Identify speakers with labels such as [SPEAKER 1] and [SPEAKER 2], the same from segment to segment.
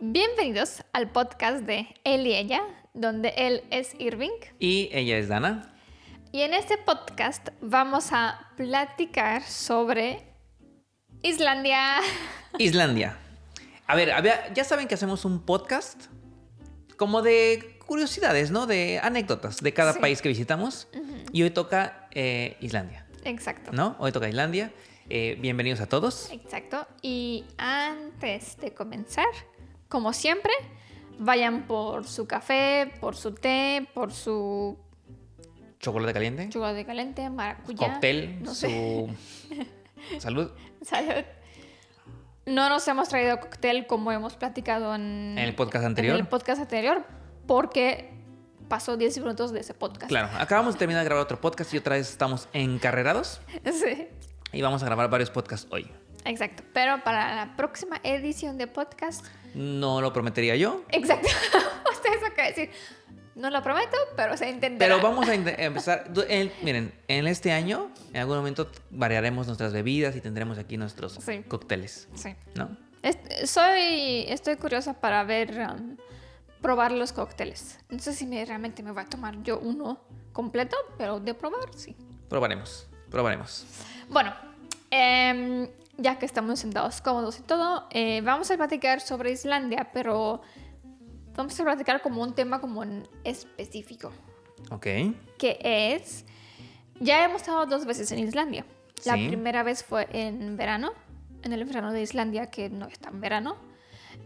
[SPEAKER 1] Bienvenidos al podcast de Él y Ella, donde él es Irving.
[SPEAKER 2] Y ella es Dana.
[SPEAKER 1] Y en este podcast vamos a platicar sobre Islandia.
[SPEAKER 2] Islandia. A ver, había- ya saben que hacemos un podcast como de curiosidades, ¿no? De anécdotas de cada
[SPEAKER 1] Sí.
[SPEAKER 2] país que visitamos. Y hoy toca eh, Islandia,
[SPEAKER 1] Exacto.
[SPEAKER 2] ¿no? Hoy toca Islandia. Eh, bienvenidos a todos.
[SPEAKER 1] Exacto. Y antes de comenzar, como siempre, vayan por su café, por su té, por su
[SPEAKER 2] Chocolate caliente,
[SPEAKER 1] chocolate caliente, maracuyá.
[SPEAKER 2] cóctel,
[SPEAKER 1] No sé.
[SPEAKER 2] su salud.
[SPEAKER 1] Salud. No nos hemos traído cóctel como hemos platicado en,
[SPEAKER 2] En el podcast anterior.
[SPEAKER 1] en el podcast anterior, porque pasó 10 minutos de ese podcast.
[SPEAKER 2] Claro, acabamos de terminar de grabar otro podcast y otra vez estamos encarrerados
[SPEAKER 1] Sí,
[SPEAKER 2] y vamos a grabar varios podcasts hoy.
[SPEAKER 1] exacto. Pero para la próxima edición de podcast,
[SPEAKER 2] No lo prometería yo,
[SPEAKER 1] exacto. Ustedes eso que decir. No lo prometo, pero se intentará.
[SPEAKER 2] Pero vamos a inte- empezar. du- en- miren, en este año, en algún momento variaremos nuestras bebidas y tendremos aquí nuestros
[SPEAKER 1] Sí.
[SPEAKER 2] cócteles,
[SPEAKER 1] Sí.
[SPEAKER 2] ¿no?
[SPEAKER 1] Est- soy, estoy curiosa para ver, um, probar los cócteles. No sé si me- realmente me voy a tomar yo uno completo, pero de probar, sí.
[SPEAKER 2] Probaremos, probaremos.
[SPEAKER 1] Bueno, em, ya que estamos sentados cómodos y todo, eh, vamos a platicar sobre Islandia, pero vamos a platicar como un tema como en específico,
[SPEAKER 2] Ok.
[SPEAKER 1] que es, ya hemos estado dos veces en Islandia. La
[SPEAKER 2] Sí.
[SPEAKER 1] primera vez fue en verano, en el verano de Islandia, que no es tan verano,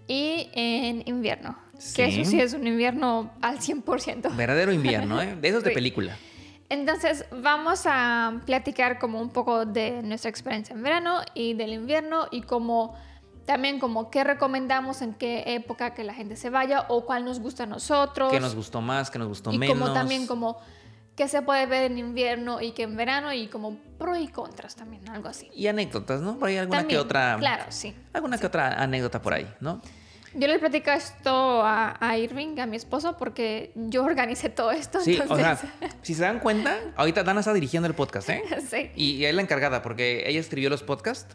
[SPEAKER 1] y en invierno, que
[SPEAKER 2] Sí.
[SPEAKER 1] eso sí es un invierno al 100%.
[SPEAKER 2] Verdadero invierno, ¿eh? De esos de
[SPEAKER 1] Sí.
[SPEAKER 2] película.
[SPEAKER 1] Entonces vamos a platicar como un poco de nuestra experiencia en verano y del invierno y como también como qué recomendamos en qué época que la gente se vaya o cuál nos gusta a nosotros
[SPEAKER 2] Que nos gustó más, que nos gustó
[SPEAKER 1] y
[SPEAKER 2] menos.
[SPEAKER 1] como también como qué se puede ver en invierno y qué en verano y como pros y contras también algo así.
[SPEAKER 2] Y anécdotas, ¿no? Por ahí alguna
[SPEAKER 1] También,
[SPEAKER 2] que otra.
[SPEAKER 1] Claro, sí.
[SPEAKER 2] Alguna que otra anécdota por ahí, ¿no?
[SPEAKER 1] Yo le platico esto a, a Irving, a mi esposo, porque yo organicé todo esto.
[SPEAKER 2] Sí, o sea,
[SPEAKER 1] entonces,
[SPEAKER 2] si se dan cuenta, ahorita Dana está dirigiendo el podcast, ¿eh?
[SPEAKER 1] sí.
[SPEAKER 2] Y, y ella es la encargada, porque ella escribió los podcasts.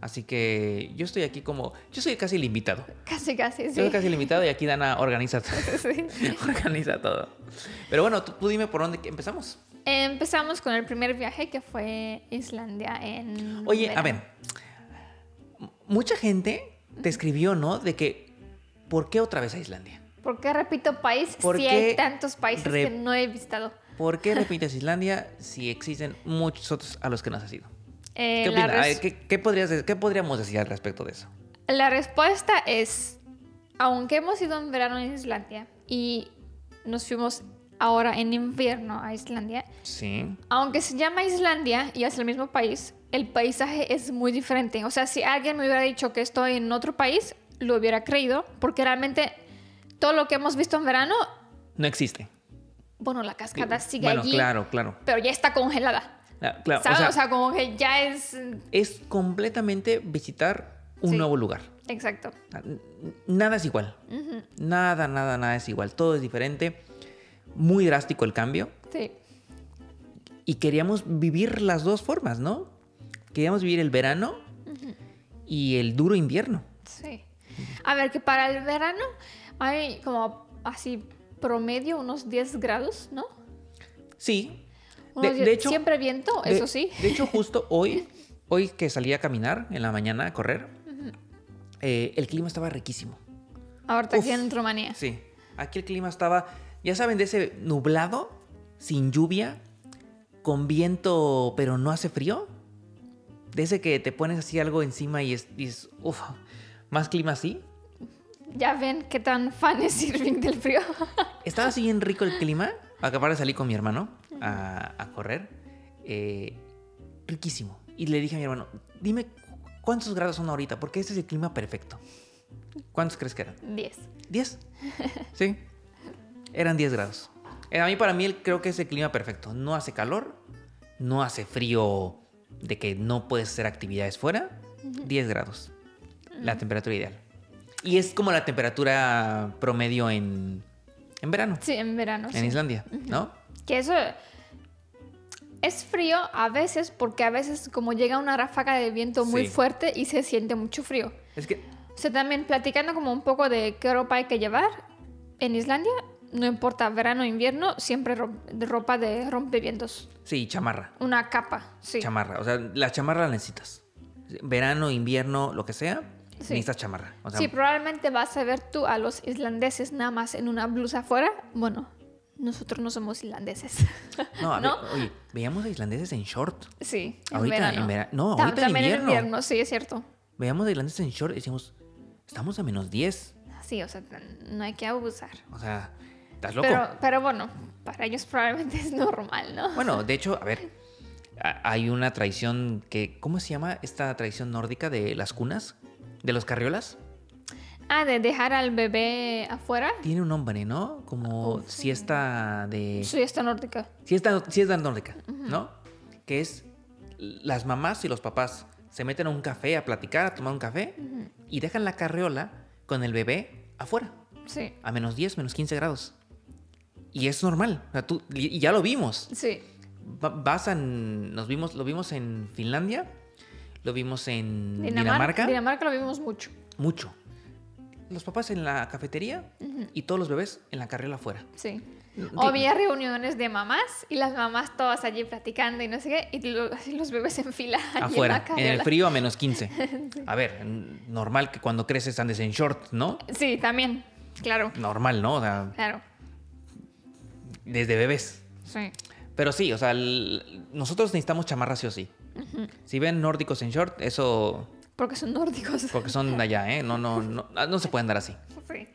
[SPEAKER 2] Así que yo estoy aquí como. Yo soy casi el invitado.
[SPEAKER 1] Casi, casi,
[SPEAKER 2] Yo soy
[SPEAKER 1] sí.
[SPEAKER 2] casi limitado y aquí Dana organiza todo.
[SPEAKER 1] sí.
[SPEAKER 2] organiza todo. Pero bueno, tú, tú dime por dónde que- empezamos.
[SPEAKER 1] Empezamos con el primer viaje que fue Islandia en.
[SPEAKER 2] Oye, a
[SPEAKER 1] verano.
[SPEAKER 2] ver. m- Mucha gente te escribió, ¿no? De que, ¿por qué otra vez a Islandia?
[SPEAKER 1] ¿Por qué repito país
[SPEAKER 2] ¿Por
[SPEAKER 1] si hay
[SPEAKER 2] qué
[SPEAKER 1] tantos países
[SPEAKER 2] re-
[SPEAKER 1] que no he visitado?
[SPEAKER 2] ¿Por qué repites Islandia si existen muchos otros a los que no has ido?
[SPEAKER 1] Eh,
[SPEAKER 2] ¿Qué
[SPEAKER 1] la,
[SPEAKER 2] opinas? A ver,
[SPEAKER 1] res-
[SPEAKER 2] ¿Qué, qué podrías de- qué podríamos decir al respecto de eso?
[SPEAKER 1] la respuesta es: aunque hemos ido en verano en Islandia y nos fuimos ahora en invierno a Islandia,
[SPEAKER 2] Sí.
[SPEAKER 1] aunque se llama Islandia y es el mismo país, el paisaje es muy diferente. O sea, si alguien me hubiera dicho que estoy en otro país, lo hubiera creído, porque realmente todo lo que hemos visto en verano,
[SPEAKER 2] No existe.
[SPEAKER 1] bueno, la cascada sigue
[SPEAKER 2] bueno,
[SPEAKER 1] allí.
[SPEAKER 2] claro, claro.
[SPEAKER 1] pero ya está congelada.
[SPEAKER 2] Ah, claro,
[SPEAKER 1] ¿Sabes?
[SPEAKER 2] o sea,
[SPEAKER 1] como que ya es.
[SPEAKER 2] es completamente visitar un
[SPEAKER 1] Sí.
[SPEAKER 2] nuevo lugar.
[SPEAKER 1] Exacto.
[SPEAKER 2] N- Nada es igual.
[SPEAKER 1] Ujú,
[SPEAKER 2] Nada, nada, nada es igual. Todo es diferente. Muy drástico el cambio.
[SPEAKER 1] Sí.
[SPEAKER 2] Y queríamos vivir las dos formas, ¿no? Queríamos vivir el verano y el duro invierno.
[SPEAKER 1] Sí. A ver, que para el verano hay como así promedio unos 10 grados, ¿no?
[SPEAKER 2] Sí. De,
[SPEAKER 1] Unos
[SPEAKER 2] de
[SPEAKER 1] 10
[SPEAKER 2] hecho,
[SPEAKER 1] Siempre viento,
[SPEAKER 2] de-
[SPEAKER 1] eso sí.
[SPEAKER 2] De hecho, justo hoy, hoy que salí a caminar en la mañana a correr, eh, el clima estaba riquísimo.
[SPEAKER 1] Ahorita aquí
[SPEAKER 2] uf.
[SPEAKER 1] en Rumanía.
[SPEAKER 2] Sí. Aquí el clima estaba, ya saben, de ese nublado, sin lluvia, con viento, pero no hace frío. De ese que te pones así algo encima y es, dices, uff, más clima así.
[SPEAKER 1] Ya ven qué tan fan es Irving del frío.
[SPEAKER 2] Estaba así bien rico el clima. Acababa de salir con mi hermano a, a correr. eh, riquísimo. Y le dije a mi hermano, dime cuántos grados son ahorita, porque este es el clima perfecto. ¿Cuántos crees que eran?
[SPEAKER 1] 10.
[SPEAKER 2] ¿10? Sí. Eran 10 grados. Eh, A mí, para mí, el- creo que es el clima perfecto. No hace calor, no hace frío de que no puedes hacer actividades fuera. 10 grados. La temperatura ideal. Y es como la temperatura promedio en, en verano,
[SPEAKER 1] Sí, en verano.
[SPEAKER 2] en
[SPEAKER 1] Ah, sí.
[SPEAKER 2] Islandia, ¿no?
[SPEAKER 1] Que eso es frío a veces porque a veces como llega una ráfaga de viento muy
[SPEAKER 2] Sí.
[SPEAKER 1] fuerte y se siente mucho frío.
[SPEAKER 2] Es que
[SPEAKER 1] O sea, también platicando como un poco de qué ropa hay que llevar en Islandia, no importa verano o invierno, siempre ro- de ropa de rompevientos.
[SPEAKER 2] Sí, chamarra.
[SPEAKER 1] Una capa, sí.
[SPEAKER 2] Chamarra. O sea, la chamarra la necesitas. Verano, invierno, lo que sea,
[SPEAKER 1] Sí.
[SPEAKER 2] necesitas chamarra. O sea,
[SPEAKER 1] sí, probablemente vas a ver tú a los islandeses nada más en una blusa afuera. Bueno, nosotros no somos islandeses.
[SPEAKER 2] no, a ver,
[SPEAKER 1] ¿no?
[SPEAKER 2] oye, veíamos a islandeses en short.
[SPEAKER 1] Sí, en
[SPEAKER 2] Ahorita en
[SPEAKER 1] verano.
[SPEAKER 2] vera- no,
[SPEAKER 1] Ta-
[SPEAKER 2] ahorita en
[SPEAKER 1] también
[SPEAKER 2] invierno.
[SPEAKER 1] sí, es cierto.
[SPEAKER 2] Veíamos a islandeses en short y decíamos, estamos a menos 10.
[SPEAKER 1] Sí, o sea, no hay que abusar.
[SPEAKER 2] O sea, ¿estás loco?
[SPEAKER 1] Pero, pero bueno, para ellos probablemente es normal, ¿no?
[SPEAKER 2] Bueno, de hecho, a ver, a- hay una tradición que, ¿cómo se llama esta tradición nórdica de las cunas? ¿De los carriolas?
[SPEAKER 1] Ah, de dejar al bebé afuera.
[SPEAKER 2] Tiene un nombre, ¿no? Como siesta de...
[SPEAKER 1] Sí, está nórdica.
[SPEAKER 2] Siesta, siesta nórdica, ¿no? Que es las mamás y los papás se meten a un café a platicar, a tomar un café y dejan la carriola con el bebé afuera,
[SPEAKER 1] Sí,
[SPEAKER 2] a menos 10, menos 15 grados. Y es normal, o sea, tú, y y ya lo vimos.
[SPEAKER 1] sí.
[SPEAKER 2] Va- vas a- nos vimos, lo vimos en Finlandia, lo vimos en
[SPEAKER 1] Dinamarca.
[SPEAKER 2] Dinamarca,
[SPEAKER 1] Dinamarca lo vimos mucho.
[SPEAKER 2] mucho. Los papás en la cafetería y todos los bebés en la carriola afuera.
[SPEAKER 1] Sí.
[SPEAKER 2] Di-
[SPEAKER 1] O había reuniones de mamás y las mamás todas allí platicando y no sé qué, y lo- así los bebés en fila. allí en
[SPEAKER 2] Afuera,
[SPEAKER 1] la
[SPEAKER 2] en el
[SPEAKER 1] carriola.
[SPEAKER 2] frío a menos 15. A ver, n- normal que cuando creces andes en short, ¿no?
[SPEAKER 1] Sí, también, claro,
[SPEAKER 2] Normal, ¿no? O sea,
[SPEAKER 1] claro,
[SPEAKER 2] desde bebés.
[SPEAKER 1] sí.
[SPEAKER 2] Pero sí, o sea, el- nosotros necesitamos chamarras sí o sí. Si ven nórdicos en short, eso
[SPEAKER 1] Porque son nórdicos.
[SPEAKER 2] porque son allá, ¿eh? No, no, no, no se pueden dar así.
[SPEAKER 1] Sí.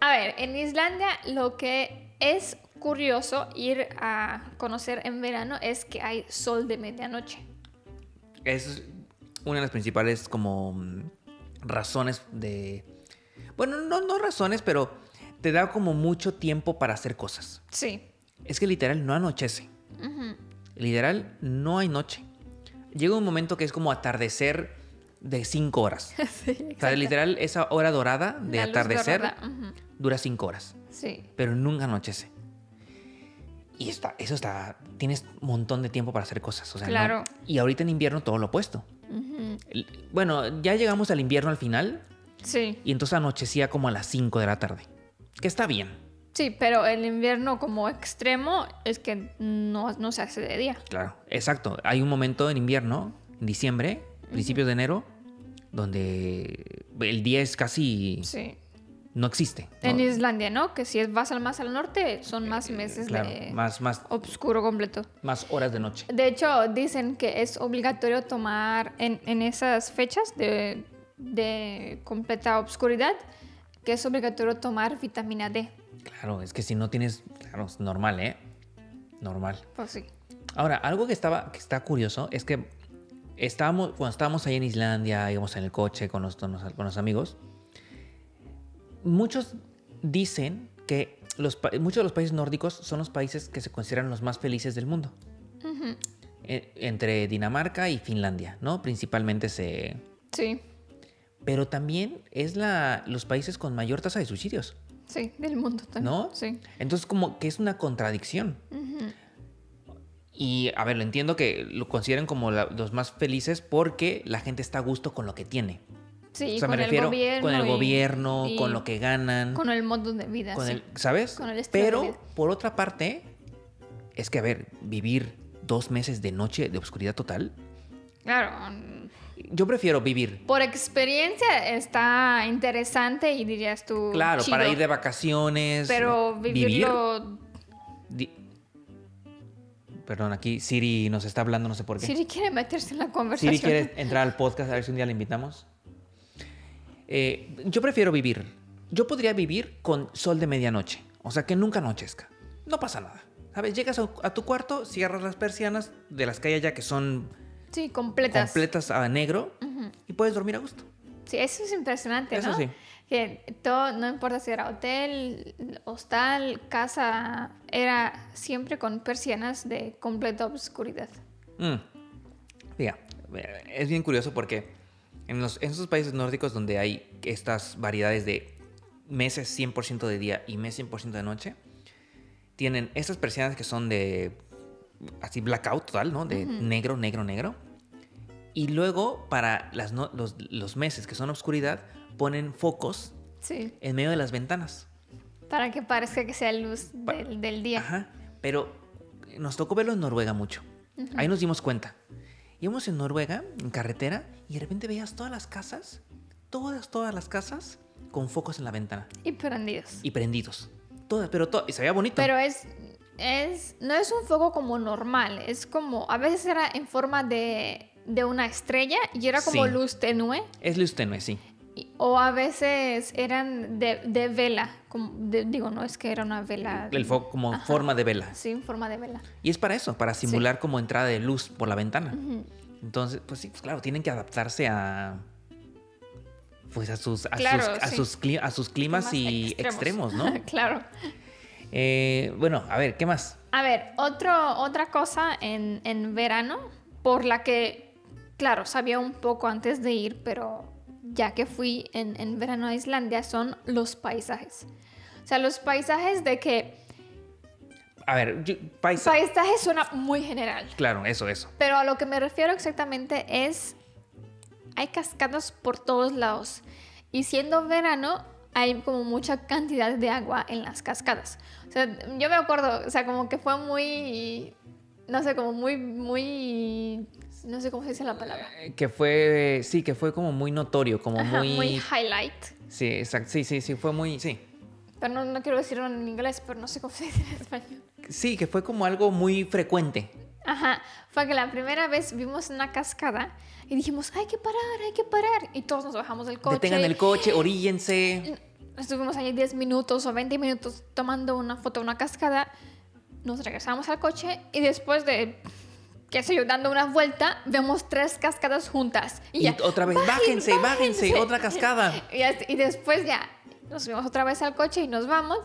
[SPEAKER 1] A ver, en Islandia lo que es curioso ir a conocer en verano es que hay sol de medianoche.
[SPEAKER 2] es una de las principales como mm, razones de... Bueno, no, no razones, pero te da como mucho tiempo para hacer cosas.
[SPEAKER 1] Sí.
[SPEAKER 2] Es que literal no anochece.
[SPEAKER 1] Ujú.
[SPEAKER 2] Literal no hay noche. Llega un momento que es como atardecer de 5 horas.
[SPEAKER 1] Sí,
[SPEAKER 2] O sea,
[SPEAKER 1] exacto.
[SPEAKER 2] literal esa hora dorada de
[SPEAKER 1] La luz
[SPEAKER 2] atardecer
[SPEAKER 1] dorada, ujú.
[SPEAKER 2] dura 5 horas,
[SPEAKER 1] Sí.
[SPEAKER 2] pero nunca anochece. Y está, eso está, tienes un montón de tiempo para hacer cosas. o sea, no-
[SPEAKER 1] Claro.
[SPEAKER 2] y ahorita en invierno todo lo opuesto.
[SPEAKER 1] Ujú.
[SPEAKER 2] El- Bueno, ya llegamos al invierno al final
[SPEAKER 1] Sí.
[SPEAKER 2] y entonces anochecía como a las 5 de la tarde. Que está bien.
[SPEAKER 1] Sí, pero el invierno como extremo es que no, no se hace de día.
[SPEAKER 2] Claro. Exacto. Hay un momento en invierno, en diciembre, principios de enero, donde el día es casi...
[SPEAKER 1] Sí.
[SPEAKER 2] No existe. ¿no? eh,
[SPEAKER 1] En Islandia, ¿no? Que si vas al- más al norte son más meses
[SPEAKER 2] Claro,
[SPEAKER 1] de
[SPEAKER 2] más, más,
[SPEAKER 1] obscuro completo.
[SPEAKER 2] más horas de noche.
[SPEAKER 1] De hecho, dicen que es obligatorio tomar en, en esas fechas de, de completa obscuridad, que es obligatorio tomar vitamina D.
[SPEAKER 2] Claro, es que si no tienes... Claro, es normal, ¿eh? Normal.
[SPEAKER 1] Pues sí.
[SPEAKER 2] Ahora, algo que estaba que está curioso es que estábamos, cuando estábamos ahí en Islandia, íbamos en el coche con los, con los- con los amigos, muchos dicen que los, pa- muchos de los países nórdicos son los países que se consideran los más felices del mundo. E- entre Dinamarca y Finlandia, ¿no? Principalmente se...
[SPEAKER 1] Sí,
[SPEAKER 2] Pero también es la, los países con mayor tasa de suicidios.
[SPEAKER 1] sí, del mundo también.
[SPEAKER 2] ¿No?
[SPEAKER 1] Sí.
[SPEAKER 2] Entonces, como que es una contradicción. Y, a ver, lo entiendo que lo consideran como la- los más felices porque la gente está a gusto con lo que tiene.
[SPEAKER 1] Sí, y
[SPEAKER 2] o sea,
[SPEAKER 1] con
[SPEAKER 2] me refiero
[SPEAKER 1] el gobierno.
[SPEAKER 2] con el
[SPEAKER 1] y-
[SPEAKER 2] gobierno,
[SPEAKER 1] y
[SPEAKER 2] con lo que ganan, con,
[SPEAKER 1] Con el modo de vida. sí.
[SPEAKER 2] el, ¿sabes?
[SPEAKER 1] con el estilo de
[SPEAKER 2] Pero,
[SPEAKER 1] vida.
[SPEAKER 2] por otra parte, es que, a ver, vivir dos meses de noche de oscuridad total,
[SPEAKER 1] Claro. mm,
[SPEAKER 2] yo prefiero vivir.
[SPEAKER 1] Por experiencia está interesante y dirías tú.
[SPEAKER 2] Claro, para
[SPEAKER 1] chido,
[SPEAKER 2] ir de vacaciones.
[SPEAKER 1] Pero vivirlo.
[SPEAKER 2] di- Perdón, aquí Siri nos está hablando, no sé por qué.
[SPEAKER 1] Siri quiere meterse en la conversación.
[SPEAKER 2] Siri, ¿quieres entrar al podcast? A ver si un día la invitamos. Eh, yo prefiero vivir. Yo podría vivir con sol de medianoche. O sea, que nunca anochezca. No pasa nada. ¿Sabes? Llegas a, a tu cuarto, cierras las persianas de las que hay allá que son
[SPEAKER 1] Sí, completas.
[SPEAKER 2] completas a negro y puedes dormir a gusto.
[SPEAKER 1] Sí, eso es impresionante,
[SPEAKER 2] Eso
[SPEAKER 1] ¿no?
[SPEAKER 2] sí.
[SPEAKER 1] Que todo, no importa si era hotel, hostal, casa, era siempre con persianas de completa obscuridad.
[SPEAKER 2] Mm. Mira, eh, es bien curioso porque en, los, en esos países nórdicos donde hay estas variedades de meses 100% de día y meses 100% de noche, tienen estas persianas que son de así blackout total, ¿no? De negro, negro, negro. Y luego para las no- los, los meses que son obscuridad, ponen focos
[SPEAKER 1] Sí.
[SPEAKER 2] en medio de las ventanas.
[SPEAKER 1] Para que parezca que sea luz
[SPEAKER 2] Pa-
[SPEAKER 1] del, del día.
[SPEAKER 2] Ajá. Pero nos tocó verlo en Noruega mucho. Ahí nos dimos cuenta. Íbamos en Noruega, en carretera, y de repente veías todas las casas, todas, todas las casas, con focos en la ventana
[SPEAKER 1] Y prendidos.
[SPEAKER 2] y prendidos. Todas, pero todo, y se veía bonito.
[SPEAKER 1] Pero es, es. No es un foco como normal. Es como. A veces era en forma de, de una estrella y era como
[SPEAKER 2] Sí.
[SPEAKER 1] luz tenue.
[SPEAKER 2] Es luz tenue, sí.
[SPEAKER 1] y- O a veces eran de, de vela. como de- digo, no es que era una vela.
[SPEAKER 2] El foco como forma de vela.
[SPEAKER 1] Sí, en forma de vela.
[SPEAKER 2] Y es para eso, para simular como entrada de luz por la ventana. Entonces, pues sí, pues claro, tienen que adaptarse a pues a sus a
[SPEAKER 1] Claro,
[SPEAKER 2] sus, a
[SPEAKER 1] sí.
[SPEAKER 2] sus cli- a sus climas
[SPEAKER 1] Más
[SPEAKER 2] y extremos, ¿no?
[SPEAKER 1] claro.
[SPEAKER 2] Eh, bueno, a ver, ¿qué más?
[SPEAKER 1] A ver, otro, otra cosa en, en verano por la que, claro, sabía un poco antes de ir, pero ya que fui en, en verano a Islandia, son los paisajes. O sea, los paisajes de que...
[SPEAKER 2] A ver, yo- paisa-
[SPEAKER 1] Paisajes suena muy general,
[SPEAKER 2] claro, eso, eso.
[SPEAKER 1] pero a lo que me refiero exactamente es... Hay cascadas por todos lados. Y siendo verano, hay como mucha cantidad de agua en las cascadas. O sea, yo me acuerdo, o sea, como que fue muy, no sé, como muy, muy, no sé cómo se dice la palabra.
[SPEAKER 2] Eh, Que fue, sí, que fue como muy notorio, como
[SPEAKER 1] Ajá,
[SPEAKER 2] muy,
[SPEAKER 1] muy... highlight.
[SPEAKER 2] sí, exacto, sí, sí, sí, fue muy, sí,
[SPEAKER 1] Pero no, no quiero decirlo en inglés, pero no sé cómo se dice en español.
[SPEAKER 2] sí, que fue como algo muy frecuente.
[SPEAKER 1] Ajá, fue que la primera vez vimos una cascada y dijimos, hay que parar, hay que parar. Y todos nos bajamos del coche.
[SPEAKER 2] Detengan el coche, oríllense.
[SPEAKER 1] Estuvimos ahí 10 minutos o 20 minutos tomando una foto de una cascada. Nos regresamos al coche y después de, qué sé yo, dando una vuelta, vemos tres cascadas juntas. Y,
[SPEAKER 2] Y,
[SPEAKER 1] ya,
[SPEAKER 2] otra vez,
[SPEAKER 1] "Bajen,
[SPEAKER 2] bájense, bájense, otra cascada.
[SPEAKER 1] Y, así- y después ya nos subimos otra vez al coche y nos vamos.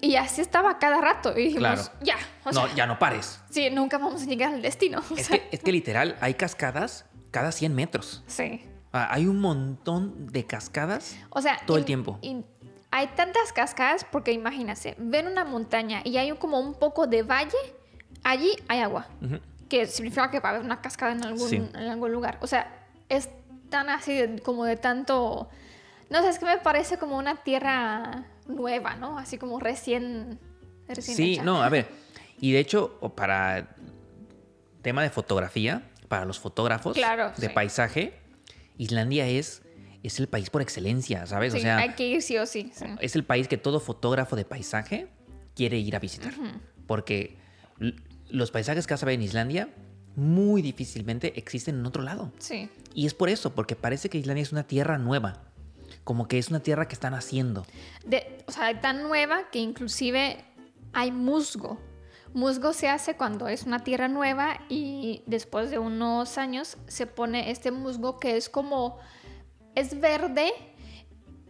[SPEAKER 1] Y así estaba cada rato. Y dijimos,
[SPEAKER 2] Claro.
[SPEAKER 1] ya, o
[SPEAKER 2] No,
[SPEAKER 1] sea,
[SPEAKER 2] ya no pares.
[SPEAKER 1] sí, nunca vamos a llegar al destino. o
[SPEAKER 2] Es
[SPEAKER 1] sea,
[SPEAKER 2] que, es que literal, hay cascadas cada 100 metros.
[SPEAKER 1] sí.
[SPEAKER 2] Ah, hay un montón de cascadas.
[SPEAKER 1] O sea,
[SPEAKER 2] Todo el
[SPEAKER 1] y-
[SPEAKER 2] tiempo.
[SPEAKER 1] y hay tantas cascadas porque imagínense, ven una montaña y hay como un poco de valle, allí hay agua,
[SPEAKER 2] Ujú.
[SPEAKER 1] que significa que va a haber una cascada en algún,
[SPEAKER 2] Sí.
[SPEAKER 1] en algún lugar. O sea, es tan así de- como de tanto... No sé, es que me parece como una tierra nueva, ¿no? Así como recién... recién
[SPEAKER 2] Sí,
[SPEAKER 1] hecha.
[SPEAKER 2] no, a ver. Y de hecho, o para tema de fotografía, para los fotógrafos
[SPEAKER 1] Claro,
[SPEAKER 2] de
[SPEAKER 1] sí.
[SPEAKER 2] paisaje, Islandia es, es el país por excelencia, ¿sabes?
[SPEAKER 1] Sí,
[SPEAKER 2] pues, o sea, eh,
[SPEAKER 1] hay que ir sí o sí. sí.
[SPEAKER 2] es el país que todo fotógrafo de paisaje quiere ir a visitar. Porque l- los paisajes que vas a ver en Islandia muy difícilmente existen en otro lado.
[SPEAKER 1] Sí.
[SPEAKER 2] Y es por eso, porque parece que Islandia es una tierra nueva. Como que es una tierra que están haciendo.
[SPEAKER 1] de- o sea, tan nueva que inclusive hay musgo. Musgo se hace cuando es una tierra nueva y después de unos años se pone este musgo que es como, es verde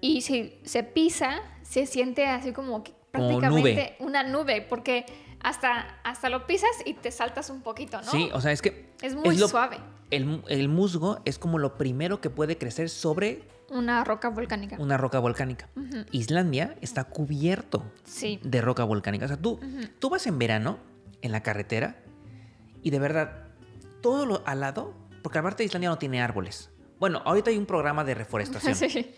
[SPEAKER 1] y si se pisa se siente así como que
[SPEAKER 2] Como
[SPEAKER 1] prácticamente una nube porque hasta, hasta lo pisas y te saltas un poquito, ¿no?
[SPEAKER 2] Sí, o sea, es que.
[SPEAKER 1] es muy
[SPEAKER 2] lo-
[SPEAKER 1] suave,
[SPEAKER 2] El, mu- el musgo es como lo primero que puede crecer sobre
[SPEAKER 1] una roca volcánica.
[SPEAKER 2] una roca volcánica. Islandia está cubierto
[SPEAKER 1] Sí,
[SPEAKER 2] de roca volcánica. O sea, tú, tú vas en verano en la carretera y de verdad, todo lo al lado, porque aparte Islandia no tiene árboles. Bueno, ahorita hay un programa de reforestación.
[SPEAKER 1] sí,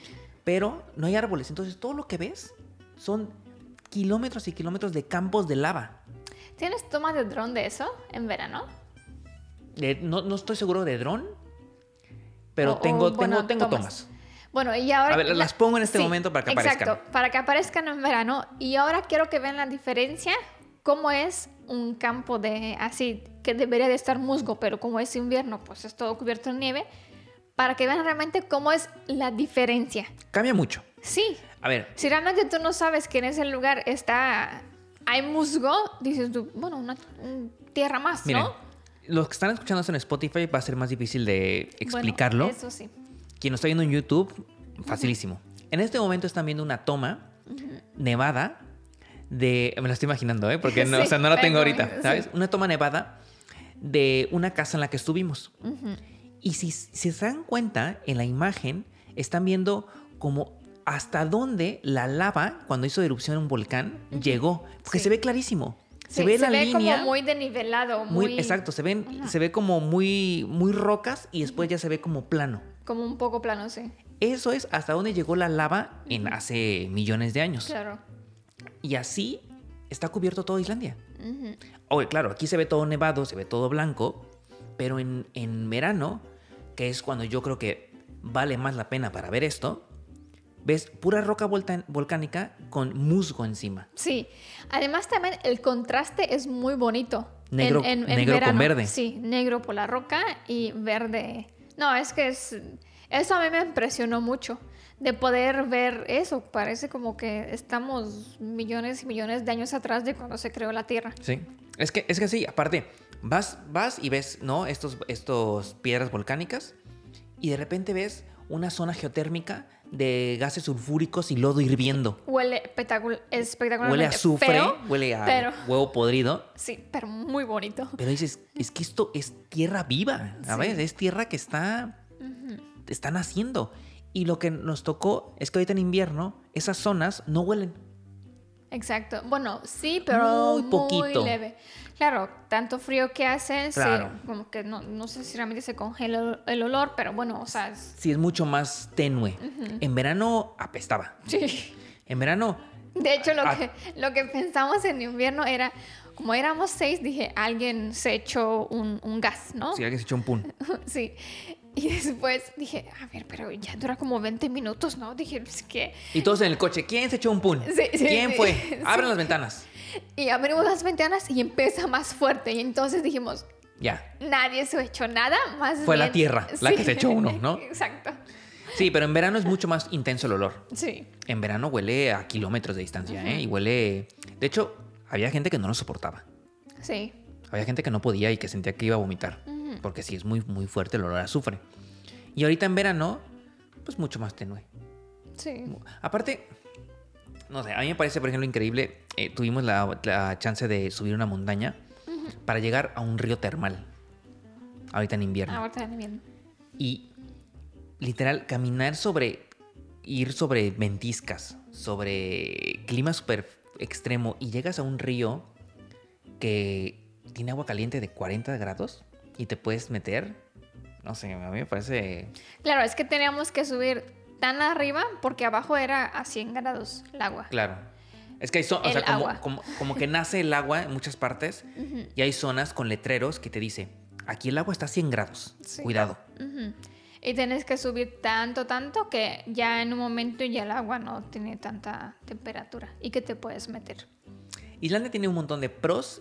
[SPEAKER 2] pero no hay árboles. Entonces todo lo que ves son kilómetros y kilómetros de campos de lava.
[SPEAKER 1] ¿Tienes tomas de dron de eso en verano?
[SPEAKER 2] De- no, no estoy seguro de dron, pero
[SPEAKER 1] O- o,
[SPEAKER 2] tengo,
[SPEAKER 1] bueno,
[SPEAKER 2] tengo, tengo
[SPEAKER 1] tomas.
[SPEAKER 2] tomas.
[SPEAKER 1] Bueno, y ahora...
[SPEAKER 2] A ver, las pongo en este momento para que
[SPEAKER 1] Exacto,
[SPEAKER 2] aparezcan.
[SPEAKER 1] para que aparezcan en verano. Y ahora quiero que vean la diferencia, cómo es un campo de así, que debería de estar musgo, pero como es invierno, pues es todo cubierto de nieve, para que vean realmente cómo es la diferencia.
[SPEAKER 2] Cambia mucho.
[SPEAKER 1] Sí,
[SPEAKER 2] A ver,
[SPEAKER 1] si realmente tú no sabes que en ese lugar está, hay musgo, dices tú, bueno, una un tierra más,
[SPEAKER 2] miren,
[SPEAKER 1] ¿no?
[SPEAKER 2] los que están escuchando esto en Spotify va a ser más difícil de explicarlo.
[SPEAKER 1] Bueno, eso sí.
[SPEAKER 2] Quien lo está viendo en YouTube, facilísimo. En este momento están viendo una toma nevada de. Me la estoy imaginando, ¿eh? Porque no, o
[SPEAKER 1] Sí,
[SPEAKER 2] sea, no la tengo
[SPEAKER 1] pero-
[SPEAKER 2] ahorita,
[SPEAKER 1] sí.
[SPEAKER 2] ¿sabes? Una toma nevada de una casa en la que estuvimos. Y si, si se dan cuenta, en la imagen están viendo como hasta dónde la lava, cuando hizo erupción en un volcán, llegó. Porque
[SPEAKER 1] Sí.
[SPEAKER 2] se ve clarísimo. Se
[SPEAKER 1] Sí,
[SPEAKER 2] ve la línea.
[SPEAKER 1] como muy denivelado,
[SPEAKER 2] muy-
[SPEAKER 1] muy,
[SPEAKER 2] exacto, se ven,
[SPEAKER 1] Ajá.
[SPEAKER 2] se ve como muy, muy rocas y después ya se ve como plano.
[SPEAKER 1] Como un poco plano, sí.
[SPEAKER 2] Eso es hasta dónde llegó la lava en hace millones de años.
[SPEAKER 1] Claro.
[SPEAKER 2] Y así está cubierto toda Islandia.
[SPEAKER 1] Ujú.
[SPEAKER 2] Oye, claro, aquí se ve todo nevado, se ve todo blanco, pero en, en verano, que es cuando yo creo que vale más la pena para ver esto, ves pura roca volta- volcánica con musgo encima.
[SPEAKER 1] Sí. Además también el contraste es muy bonito. En-
[SPEAKER 2] Negro-
[SPEAKER 1] en- en
[SPEAKER 2] negro con
[SPEAKER 1] verano.
[SPEAKER 2] verde.
[SPEAKER 1] Sí, negro por la roca y verde. No, es que es, eso a mí me impresionó mucho. De poder ver eso, parece como que estamos millones y millones de años atrás de cuando se creó la Tierra.
[SPEAKER 2] Sí. Es que, es que sí, aparte, vas, vas y ves, ¿no? Estos, estos piedras volcánicas y de repente ves una zona geotérmica de gases sulfúricos y lodo hirviendo.
[SPEAKER 1] Huele espectacular, espectacularmente
[SPEAKER 2] Huele a azufre,
[SPEAKER 1] feo,
[SPEAKER 2] huele a
[SPEAKER 1] pero-
[SPEAKER 2] huevo podrido.
[SPEAKER 1] Sí, pero muy bonito.
[SPEAKER 2] Pero dices, es que esto es tierra viva, ¿sabes? Es tierra que está, está naciendo. Y lo que nos tocó es que ahorita en invierno esas zonas no huelen.
[SPEAKER 1] Exacto. Bueno, sí, pero
[SPEAKER 2] Muy
[SPEAKER 1] muy,
[SPEAKER 2] poquito.
[SPEAKER 1] leve. Claro, tanto frío que hace, se-
[SPEAKER 2] Claro.
[SPEAKER 1] como que no, no sé si realmente se congela el- el olor, pero bueno, o sea, es-
[SPEAKER 2] Sí, es mucho más tenue. En verano apestaba.
[SPEAKER 1] sí.
[SPEAKER 2] En verano,
[SPEAKER 1] De hecho, lo
[SPEAKER 2] Ah.
[SPEAKER 1] que, lo que pensamos en invierno era, como éramos seis, dije, alguien se echó un, un gas, ¿no?
[SPEAKER 2] si alguien se echó un pun.
[SPEAKER 1] Sí. Y después dije, a ver, pero ya dura como 20 minutos, ¿no? Dije, "Pues, es que...
[SPEAKER 2] Y todos en el coche, ¿quién se echó un pun?
[SPEAKER 1] Sí, sí,
[SPEAKER 2] ¿Quién
[SPEAKER 1] sí.
[SPEAKER 2] fue? Abren las ventanas.
[SPEAKER 1] Y abrimos las ventanas y empieza más fuerte. Y entonces dijimos,
[SPEAKER 2] Ya.
[SPEAKER 1] nadie se echó nada, más
[SPEAKER 2] Fue la
[SPEAKER 1] bien-
[SPEAKER 2] tierra la que se echó uno, ¿no?
[SPEAKER 1] Exacto.
[SPEAKER 2] Sí, pero en verano es mucho más intenso el olor.
[SPEAKER 1] Sí.
[SPEAKER 2] En verano huele a kilómetros de distancia, ¿eh? Y huele... De hecho, había gente que no lo soportaba.
[SPEAKER 1] Sí.
[SPEAKER 2] Había gente que no podía y que sentía que iba a vomitar.
[SPEAKER 1] Ujú.
[SPEAKER 2] Porque sí, es muy, muy fuerte el olor a azufre. Y ahorita en verano, pues mucho más tenue.
[SPEAKER 1] Sí.
[SPEAKER 2] Aparte, no sé, a mí me parece, por ejemplo, increíble. eh, tuvimos la, la chance de subir una montaña para llegar a un río termal. Ahorita en invierno.
[SPEAKER 1] Ahorita también.
[SPEAKER 2] Y literal, caminar sobre, ir sobre ventiscas, sobre clima súper extremo y llegas a un río que tiene agua caliente de 40 grados y te puedes meter. No sé, a mí me parece...
[SPEAKER 1] Claro, es que teníamos que subir tan arriba porque abajo era a 100 grados el agua.
[SPEAKER 2] Claro. Es que hay zonas, o
[SPEAKER 1] El
[SPEAKER 2] sea, como,
[SPEAKER 1] agua.
[SPEAKER 2] como, como que nace el agua en muchas partes y hay zonas con letreros que te dice, aquí el agua está a 100 grados,
[SPEAKER 1] Sí.
[SPEAKER 2] cuidado.
[SPEAKER 1] Ujú. Y tenés que subir tanto, tanto que ya en un momento ya el agua no tiene tanta temperatura y que te puedes meter.
[SPEAKER 2] Islandia tiene un montón de pros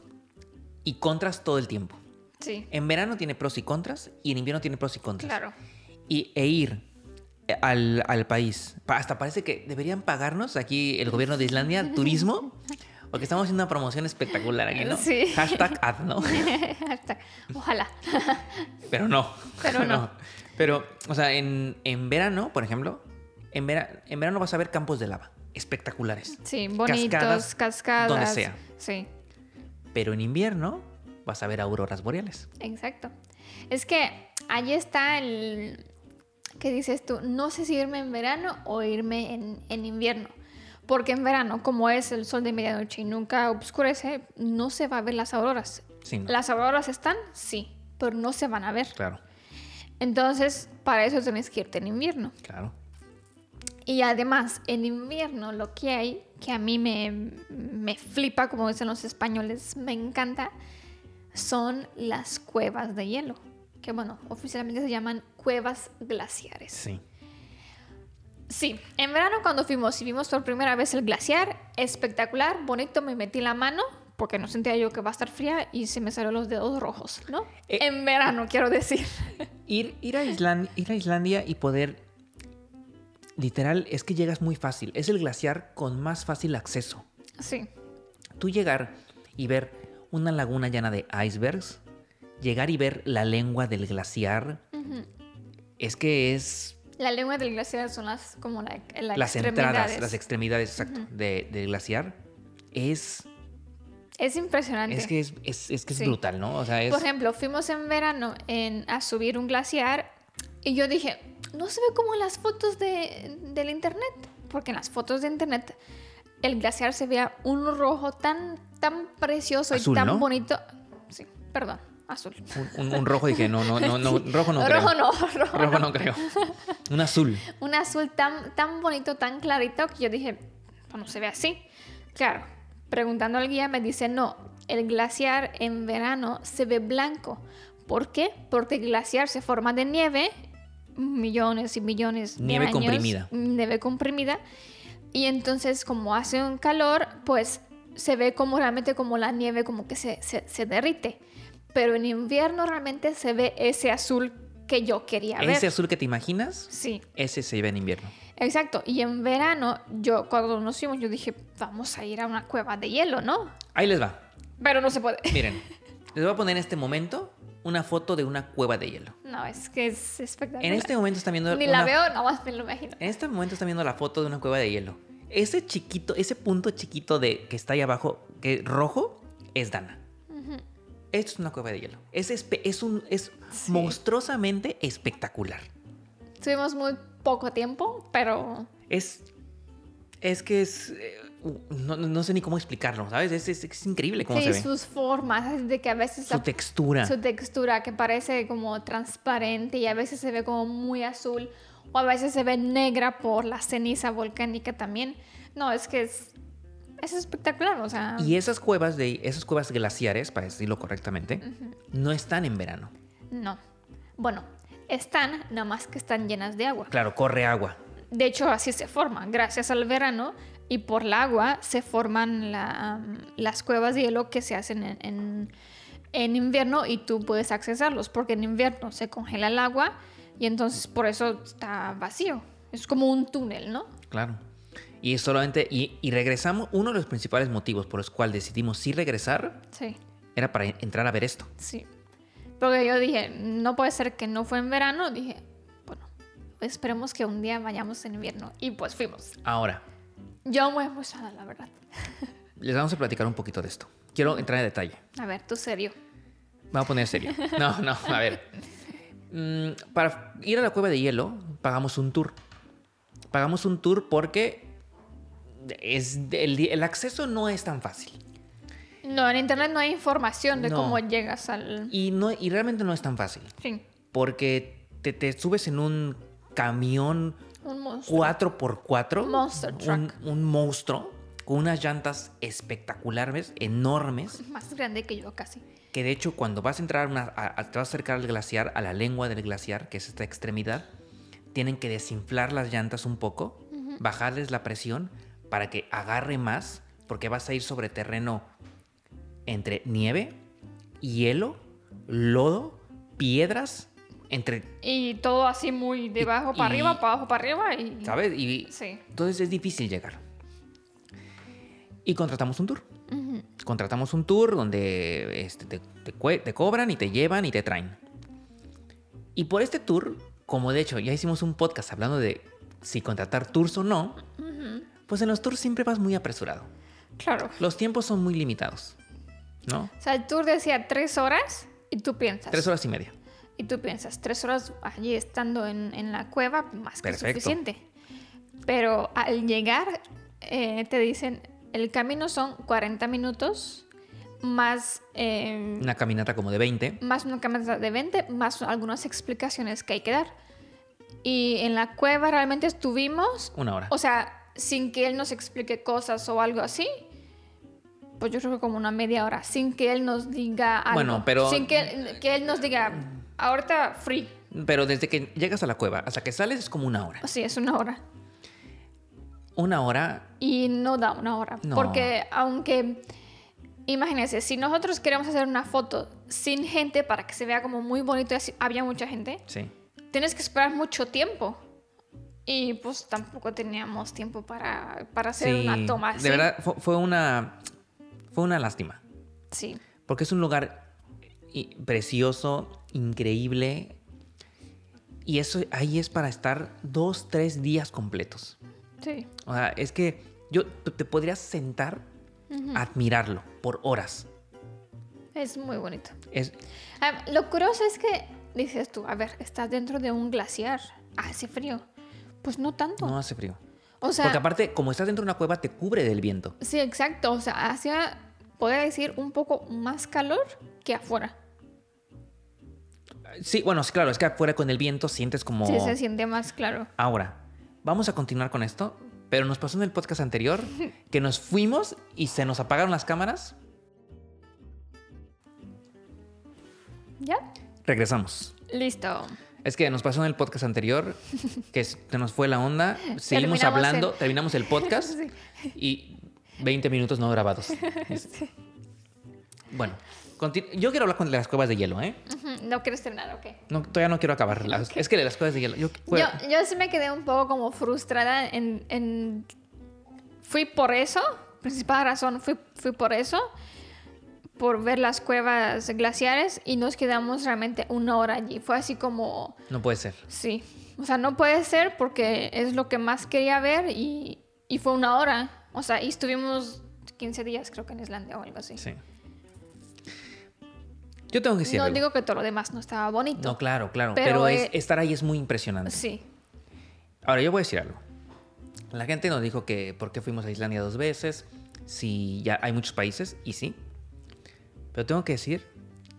[SPEAKER 2] y contras todo el tiempo.
[SPEAKER 1] Sí,
[SPEAKER 2] En verano tiene pros y contras y en invierno tiene pros y contras.
[SPEAKER 1] claro.
[SPEAKER 2] Y, e ir eh, al, al país. Pa- Hasta parece que deberían pagarnos aquí el gobierno de Islandia turismo. Porque estamos haciendo una promoción espectacular aquí, ¿no?
[SPEAKER 1] Sí.
[SPEAKER 2] Hashtag ad, ¿no?
[SPEAKER 1] Hasta- Ojalá.
[SPEAKER 2] Pero no.
[SPEAKER 1] Pero no.
[SPEAKER 2] Pero, o sea, en, en verano, por ejemplo, en, vera- en verano vas a ver campos de lava espectaculares.
[SPEAKER 1] Sí, bonitos,
[SPEAKER 2] Cascadas,
[SPEAKER 1] cascadas.
[SPEAKER 2] donde sea.
[SPEAKER 1] Sí.
[SPEAKER 2] Pero en invierno vas a ver auroras boreales.
[SPEAKER 1] Exacto. Es que ahí está el... ¿Qué dices tú? No sé si irme en verano o irme en, en invierno. Porque en verano, como es el sol de medianoche y nunca oscurece, no se va a ver las auroras.
[SPEAKER 2] Sí, ¿no?
[SPEAKER 1] ¿Las auroras están? Sí, pero no se van a ver.
[SPEAKER 2] Claro,
[SPEAKER 1] Entonces, para eso tenés que irte en invierno.
[SPEAKER 2] claro.
[SPEAKER 1] Y además, en invierno lo que hay, que a mí me, me flipa, como dicen los españoles, me encanta, son las cuevas de hielo. Que bueno, oficialmente se llaman cuevas glaciares.
[SPEAKER 2] Sí.
[SPEAKER 1] Sí, en verano cuando fuimos y vimos por primera vez el glaciar, espectacular, bonito, me metí la mano porque no sentía yo que va a estar fría y se me salieron los dedos rojos, ¿no?
[SPEAKER 2] Eh.
[SPEAKER 1] en verano, quiero decir.
[SPEAKER 2] Ir, ir, a Islandia, ir a Islandia y poder... Literal, es que llegas muy fácil. Es el glaciar con más fácil acceso.
[SPEAKER 1] Sí,
[SPEAKER 2] Tú llegar y ver una laguna llena de icebergs, llegar y ver la lengua del glaciar, es que es
[SPEAKER 1] la lengua del glaciar son las como la, la
[SPEAKER 2] las entradas,
[SPEAKER 1] extremidades.
[SPEAKER 2] las extremidades, exacto, de- del glaciar, es,
[SPEAKER 1] Es impresionante.
[SPEAKER 2] es que es, es- es que es
[SPEAKER 1] Sí.
[SPEAKER 2] brutal, ¿no? O sea, es...
[SPEAKER 1] Por ejemplo, fuimos en verano en- a subir un glaciar y yo dije, no se ve como en las fotos de, del internet, porque en las fotos de internet el glaciar se vea un rojo tan, tan precioso
[SPEAKER 2] Azul,
[SPEAKER 1] y tan
[SPEAKER 2] ¿no?
[SPEAKER 1] bonito. Sí, perdón, azul.
[SPEAKER 2] Un, un- un rojo dije, no, no, no, no, rojo no creo.
[SPEAKER 1] rojo no, rojo.
[SPEAKER 2] Rojo no creo. Un azul.
[SPEAKER 1] Un azul tan, tan bonito, tan clarito, que yo dije, "Pues no se ve así. Claro, preguntando al guía me dice, no, el glaciar en verano se ve blanco. ¿Por qué? Porque el glaciar se forma de nieve, millones y millones de
[SPEAKER 2] Nieve
[SPEAKER 1] años,
[SPEAKER 2] comprimida.
[SPEAKER 1] Nieve comprimida. Y entonces como hace un calor, pues se ve como realmente como la nieve como que se, se, se derrite. Pero en invierno realmente se ve ese azul que yo quería ver.
[SPEAKER 2] Ese azul que te imaginas,
[SPEAKER 1] Sí,
[SPEAKER 2] ese se lleva en invierno.
[SPEAKER 1] Exacto, y en verano, yo cuando nos fuimos, yo dije, vamos a ir a una cueva de hielo, ¿no?
[SPEAKER 2] Ahí les va.
[SPEAKER 1] Pero no se puede.
[SPEAKER 2] Miren, les voy a poner en este momento una foto de una cueva de hielo.
[SPEAKER 1] No, es que es espectacular.
[SPEAKER 2] En este momento están viendo
[SPEAKER 1] Ni
[SPEAKER 2] una-
[SPEAKER 1] la veo, nada más me lo imagino.
[SPEAKER 2] En este momento están viendo la foto de una cueva de hielo. Ese chiquito, ese punto chiquito de que está ahí abajo, que rojo, es Dana. Esto es una cueva de hielo. Es, espe- es un es
[SPEAKER 1] Sí.
[SPEAKER 2] monstruosamente espectacular.
[SPEAKER 1] Tuvimos muy poco tiempo, pero
[SPEAKER 2] Es es que es eh, no, no- no sé ni cómo explicarlo, ¿sabes? Es, es- es increíble cómo
[SPEAKER 1] sí,
[SPEAKER 2] se ve.
[SPEAKER 1] sus formas, así de que a veces
[SPEAKER 2] Su
[SPEAKER 1] la-
[SPEAKER 2] textura.
[SPEAKER 1] su textura que parece como transparente y a veces se ve como muy azul o a veces se ve negra por la ceniza volcánica también. No, es que es, es espectacular, o sea...
[SPEAKER 2] Y esas cuevas de esas cuevas glaciares, para decirlo correctamente, no están en verano.
[SPEAKER 1] No. Bueno, están, nada más que están llenas de agua.
[SPEAKER 2] Claro, corre agua.
[SPEAKER 1] De hecho, así se forma. Gracias al verano y por la agua se forman la, um, las cuevas de hielo que se hacen en, en- en invierno y tú puedes accesarlos porque en invierno se congela el agua y entonces por eso está vacío. Es como un túnel, ¿no?
[SPEAKER 2] Claro. Y es solamente, y, y regresamos, uno de los principales motivos por los cuales decidimos sí regresar
[SPEAKER 1] Sí,
[SPEAKER 2] era para entrar a ver esto.
[SPEAKER 1] sí. Porque yo dije, no puede ser que no fue en verano. Dije, bueno, esperemos que un día vayamos en invierno. Y pues fuimos.
[SPEAKER 2] Ahora,
[SPEAKER 1] Yo muy emocionada, la verdad.
[SPEAKER 2] les vamos a platicar un poquito de esto. Quiero entrar en detalle.
[SPEAKER 1] A ver, tú serio.
[SPEAKER 2] Me voy a poner serio. No, no, a ver. Mm, para ir a la cueva de hielo, pagamos un tour. Pagamos un tour porque es, el, el acceso no es tan fácil.
[SPEAKER 1] No, en internet no hay información de
[SPEAKER 2] No.
[SPEAKER 1] cómo llegas al...
[SPEAKER 2] Y, no, y realmente no es tan fácil.
[SPEAKER 1] Sí,
[SPEAKER 2] Porque te, te subes en un camión
[SPEAKER 1] un monstruo.
[SPEAKER 2] 4x4.
[SPEAKER 1] Monster truck.
[SPEAKER 2] Un, un monstruo con unas llantas espectaculares, enormes,
[SPEAKER 1] Más grande que yo casi.
[SPEAKER 2] que de hecho cuando vas a entrar, a una- a- a- te vas a acercar al glaciar, a la lengua del glaciar, que es esta extremidad, tienen que desinflar las llantas un poco, bajarles la presión para que agarre más, porque vas a ir sobre terreno entre nieve, hielo, lodo, piedras, entre
[SPEAKER 1] Y todo así muy de
[SPEAKER 2] Y-
[SPEAKER 1] abajo para
[SPEAKER 2] y-
[SPEAKER 1] arriba, para abajo para arriba y...
[SPEAKER 2] ¿Sabes? Y
[SPEAKER 1] Sí.
[SPEAKER 2] entonces es difícil llegar. Y contratamos un tour.
[SPEAKER 1] Ujú.
[SPEAKER 2] Contratamos un tour donde este, te, te cue- te cobran y te llevan y te traen. Y por este tour, como de hecho ya hicimos un podcast hablando de si contratar tours o no, pues en los tours siempre vas muy apresurado.
[SPEAKER 1] Claro.
[SPEAKER 2] Los tiempos son muy limitados, ¿no?
[SPEAKER 1] O sea, el tour decía tres horas y tú piensas.
[SPEAKER 2] Tres horas y media.
[SPEAKER 1] Y tú piensas, tres horas allí estando en, en la cueva, más que
[SPEAKER 2] Perfecto.
[SPEAKER 1] suficiente. Pero al llegar, eh, te dicen, el camino son 40 minutos, más, eh,
[SPEAKER 2] Una caminata como de 20.
[SPEAKER 1] más una caminata de 20, más algunas explicaciones que hay que dar. Y en la cueva realmente estuvimos,
[SPEAKER 2] Una hora.
[SPEAKER 1] o sea, sin que él nos explique cosas o algo así. Pues yo creo que como una media hora, sin que él nos diga algo.
[SPEAKER 2] Bueno, pero-
[SPEAKER 1] Sin que, que él nos diga, ahorita free.
[SPEAKER 2] Pero desde que llegas a la cueva hasta que sales es como una hora.
[SPEAKER 1] Sí, es una hora.
[SPEAKER 2] Una hora
[SPEAKER 1] Y no da una hora.
[SPEAKER 2] No.
[SPEAKER 1] Porque aunque, imagínense, si nosotros queremos hacer una foto sin gente para que se vea como muy bonito y así, había mucha gente,
[SPEAKER 2] Sí.
[SPEAKER 1] tienes que esperar mucho tiempo. Y pues tampoco teníamos tiempo para, para hacer una toma así.
[SPEAKER 2] De verdad, fue, fue una. Fue una lástima.
[SPEAKER 1] Sí.
[SPEAKER 2] Porque es un lugar i- precioso, increíble. Y eso ahí es para estar dos, tres días completos.
[SPEAKER 1] Sí.
[SPEAKER 2] O sea, es que yo te te podrías sentar a admirarlo por horas.
[SPEAKER 1] Es muy bonito.
[SPEAKER 2] Es,
[SPEAKER 1] Ah, lo curioso es que dices tú, a ver, estás dentro de un glaciar. Hace frío. Pues no tanto.
[SPEAKER 2] no hace frío.
[SPEAKER 1] o sea,
[SPEAKER 2] Porque aparte, como estás dentro de una cueva, te cubre del viento.
[SPEAKER 1] Sí, exacto. O sea, hacía, podría decir, un poco más calor que afuera.
[SPEAKER 2] Sí, bueno, sí, claro, es que afuera con el viento sientes como...
[SPEAKER 1] Sí, se siente más claro.
[SPEAKER 2] Ahora, vamos a continuar con esto, pero nos pasó en el podcast anterior que nos fuimos y se nos apagaron las cámaras.
[SPEAKER 1] ¿Ya?
[SPEAKER 2] Regresamos.
[SPEAKER 1] Listo.
[SPEAKER 2] Es que nos pasó en el podcast anterior que se nos fue la onda, seguimos
[SPEAKER 1] Terminamos
[SPEAKER 2] hablando,
[SPEAKER 1] el-
[SPEAKER 2] terminamos el podcast y 20 minutos no grabados. Bueno, conti- yo quiero hablar con de las cuevas de hielo, ¿eh?
[SPEAKER 1] Ujú, No quieres terminar, ok.
[SPEAKER 2] No, todavía no quiero acabar. las- Es que de las cuevas de hielo. Yo, bueno,
[SPEAKER 1] Yo, yo sí me quedé un poco como frustrada en... en- Fui por eso, principal razón, fui, fui por eso, por ver las cuevas glaciares y nos quedamos realmente una hora allí. Fue así como,
[SPEAKER 2] no puede ser.
[SPEAKER 1] sí, o sea, no puede ser porque es lo que más quería ver y, y fue una hora. O sea, y estuvimos 15 días creo que en Islandia o algo así.
[SPEAKER 2] Sí. Yo tengo que decir
[SPEAKER 1] no
[SPEAKER 2] algo.
[SPEAKER 1] digo que todo lo demás no estaba bonito.
[SPEAKER 2] No, claro, claro. Pero,
[SPEAKER 1] Pero,
[SPEAKER 2] es-
[SPEAKER 1] eh,
[SPEAKER 2] estar ahí es muy impresionante.
[SPEAKER 1] Sí,
[SPEAKER 2] Ahora, yo voy a decir algo. La gente nos dijo que por qué fuimos a Islandia dos veces, si ya hay muchos países, y sí. Pero tengo que decir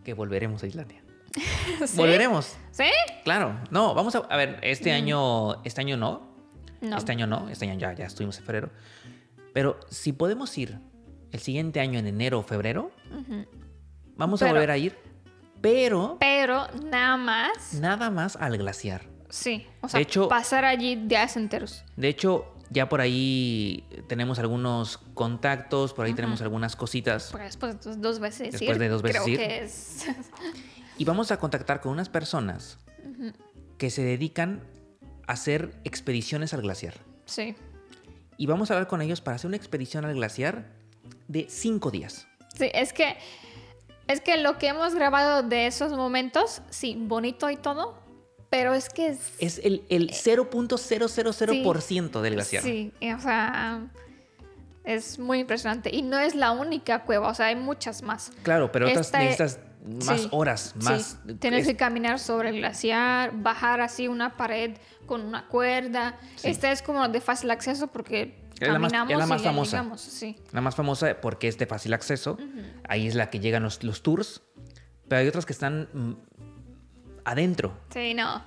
[SPEAKER 2] que volveremos a Islandia.
[SPEAKER 1] ¿Sí?
[SPEAKER 2] Volveremos,
[SPEAKER 1] ¿Sí?
[SPEAKER 2] claro. No, vamos a, a ver, este año, este año no,
[SPEAKER 1] No.
[SPEAKER 2] este año no, este año ya, ya estuvimos en febrero. Pero si podemos ir el siguiente año en enero o febrero, vamos a
[SPEAKER 1] Pero-
[SPEAKER 2] volver a ir, pero
[SPEAKER 1] Pero nada más.
[SPEAKER 2] nada más al glaciar.
[SPEAKER 1] Sí, o sea,
[SPEAKER 2] De hecho-
[SPEAKER 1] pasar allí días enteros.
[SPEAKER 2] De hecho, ya por ahí tenemos algunos contactos, por ahí tenemos algunas cositas.
[SPEAKER 1] Porque después de dos veces
[SPEAKER 2] Después
[SPEAKER 1] ir,
[SPEAKER 2] de dos veces
[SPEAKER 1] creo
[SPEAKER 2] ir.
[SPEAKER 1] que es...
[SPEAKER 2] Y vamos a contactar con unas personas que se dedican a hacer expediciones al glaciar.
[SPEAKER 1] sí,
[SPEAKER 2] Y vamos a hablar con ellos para hacer una expedición al glaciar de cinco días.
[SPEAKER 1] sí, es que... Es que lo que hemos grabado de esos momentos, sí, bonito y todo, pero es que... es-
[SPEAKER 2] Es el, el 0.000% del glaciar.
[SPEAKER 1] Eh. Sí, y, o sea, es muy impresionante. Y no es la única cueva, o sea, hay muchas más.
[SPEAKER 2] Claro, pero otras
[SPEAKER 1] Esta-
[SPEAKER 2] necesitas más
[SPEAKER 1] e- sí,
[SPEAKER 2] horas, más... eh,
[SPEAKER 1] Sí, tienes
[SPEAKER 2] es-
[SPEAKER 1] que caminar sobre el glaciar, bajar así una pared con una cuerda.
[SPEAKER 2] Sí.
[SPEAKER 1] Esta es como de fácil acceso porque
[SPEAKER 2] Es la más- es la
[SPEAKER 1] caminamos
[SPEAKER 2] más
[SPEAKER 1] y ya
[SPEAKER 2] famosa.
[SPEAKER 1] llegamos, sí.
[SPEAKER 2] La más famosa porque es de fácil acceso. Ahí es la que llegan los, los tours. Pero hay otras que están mm, adentro.
[SPEAKER 1] Sí, no.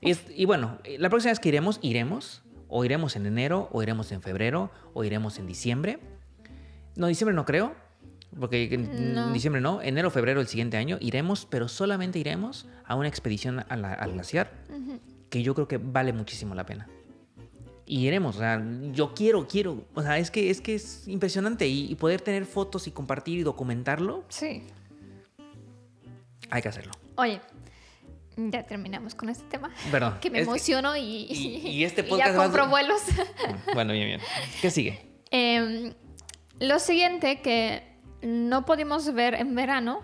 [SPEAKER 2] Y, es- y bueno, eh, la próxima vez que iremos, iremos. O iremos en enero, o iremos en febrero, o iremos en diciembre. No, diciembre no creo. Porque en
[SPEAKER 1] No.
[SPEAKER 2] diciembre no. Enero, febrero del siguiente año iremos, pero solamente iremos a una expedición a la- al glaciar. Que yo creo que vale muchísimo la pena. Y iremos, o sea, yo quiero, quiero. O sea, es que es, que es impresionante. Y, y poder tener fotos y compartir y documentarlo,
[SPEAKER 1] Sí.
[SPEAKER 2] hay que hacerlo.
[SPEAKER 1] Oye, ya terminamos con este tema.
[SPEAKER 2] Perdón.
[SPEAKER 1] Que me
[SPEAKER 2] es
[SPEAKER 1] emociono y,
[SPEAKER 2] y- y este
[SPEAKER 1] ya
[SPEAKER 2] podcast va a-
[SPEAKER 1] compro vuelos.
[SPEAKER 2] Bueno, bien, bien. ¿Qué sigue?
[SPEAKER 1] Em, lo siguiente que no pudimos ver en verano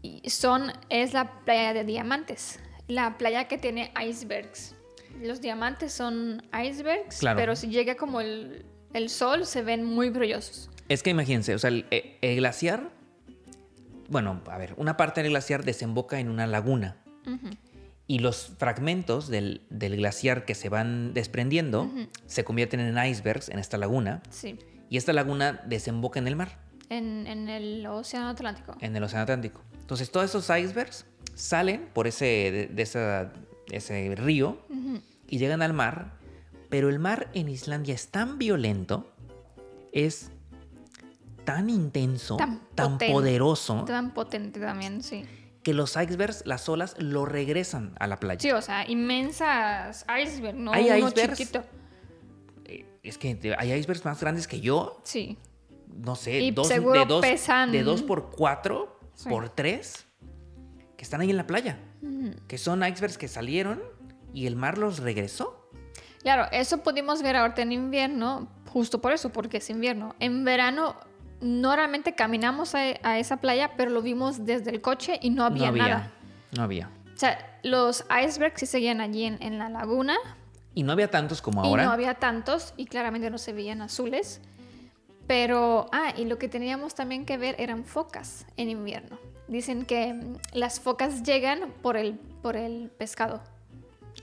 [SPEAKER 1] y son, es la playa de diamantes, la playa que tiene icebergs. Los diamantes son icebergs,
[SPEAKER 2] Claro.
[SPEAKER 1] pero si llega como el, el sol se ven muy brillosos.
[SPEAKER 2] Es que imagínense, o sea, el, eh, el glaciar, bueno, a ver, una parte del glaciar desemboca en una laguna y los fragmentos del, del glaciar que se van desprendiendo se convierten en icebergs en esta laguna
[SPEAKER 1] Sí,
[SPEAKER 2] y esta laguna desemboca en el mar,
[SPEAKER 1] en, en el Océano Atlántico.
[SPEAKER 2] en el Océano Atlántico. Entonces, todos esos icebergs salen por ese, de, de esa- ese río y llegan al mar, pero el mar en Islandia es tan violento, es tan intenso, tan,
[SPEAKER 1] Tan potente.
[SPEAKER 2] poderoso,
[SPEAKER 1] Tan potente también, sí.
[SPEAKER 2] que los icebergs, las olas, lo regresan a la playa.
[SPEAKER 1] Sí, o sea, inmensas icebergs, no
[SPEAKER 2] ¿Hay
[SPEAKER 1] uno
[SPEAKER 2] icebergs?
[SPEAKER 1] chiquito.
[SPEAKER 2] Eh, Es que te- hay icebergs más grandes que yo,
[SPEAKER 1] Sí,
[SPEAKER 2] no sé,
[SPEAKER 1] Y
[SPEAKER 2] dos,
[SPEAKER 1] seguro
[SPEAKER 2] de, dos,
[SPEAKER 1] pesan.
[SPEAKER 2] de dos por cuatro,
[SPEAKER 1] Sí.
[SPEAKER 2] por tres, que están ahí en la playa,
[SPEAKER 1] Mm.
[SPEAKER 2] que son icebergs que salieron y el mar los regresó.
[SPEAKER 1] Claro, eso pudimos ver ahorita en invierno, justo por eso, porque es invierno. En verano no realmente caminamos a, a esa playa, pero lo vimos desde el coche y no había, nada.
[SPEAKER 2] no había.
[SPEAKER 1] O sea, los icebergs sí seguían allí en, en la laguna
[SPEAKER 2] Y no había tantos como
[SPEAKER 1] y
[SPEAKER 2] ahora.
[SPEAKER 1] no había tantos y claramente no se veían azules. Pero, ah, y lo que teníamos también que ver eran focas en invierno. Dicen que mm, las focas llegan por el, por el pescado.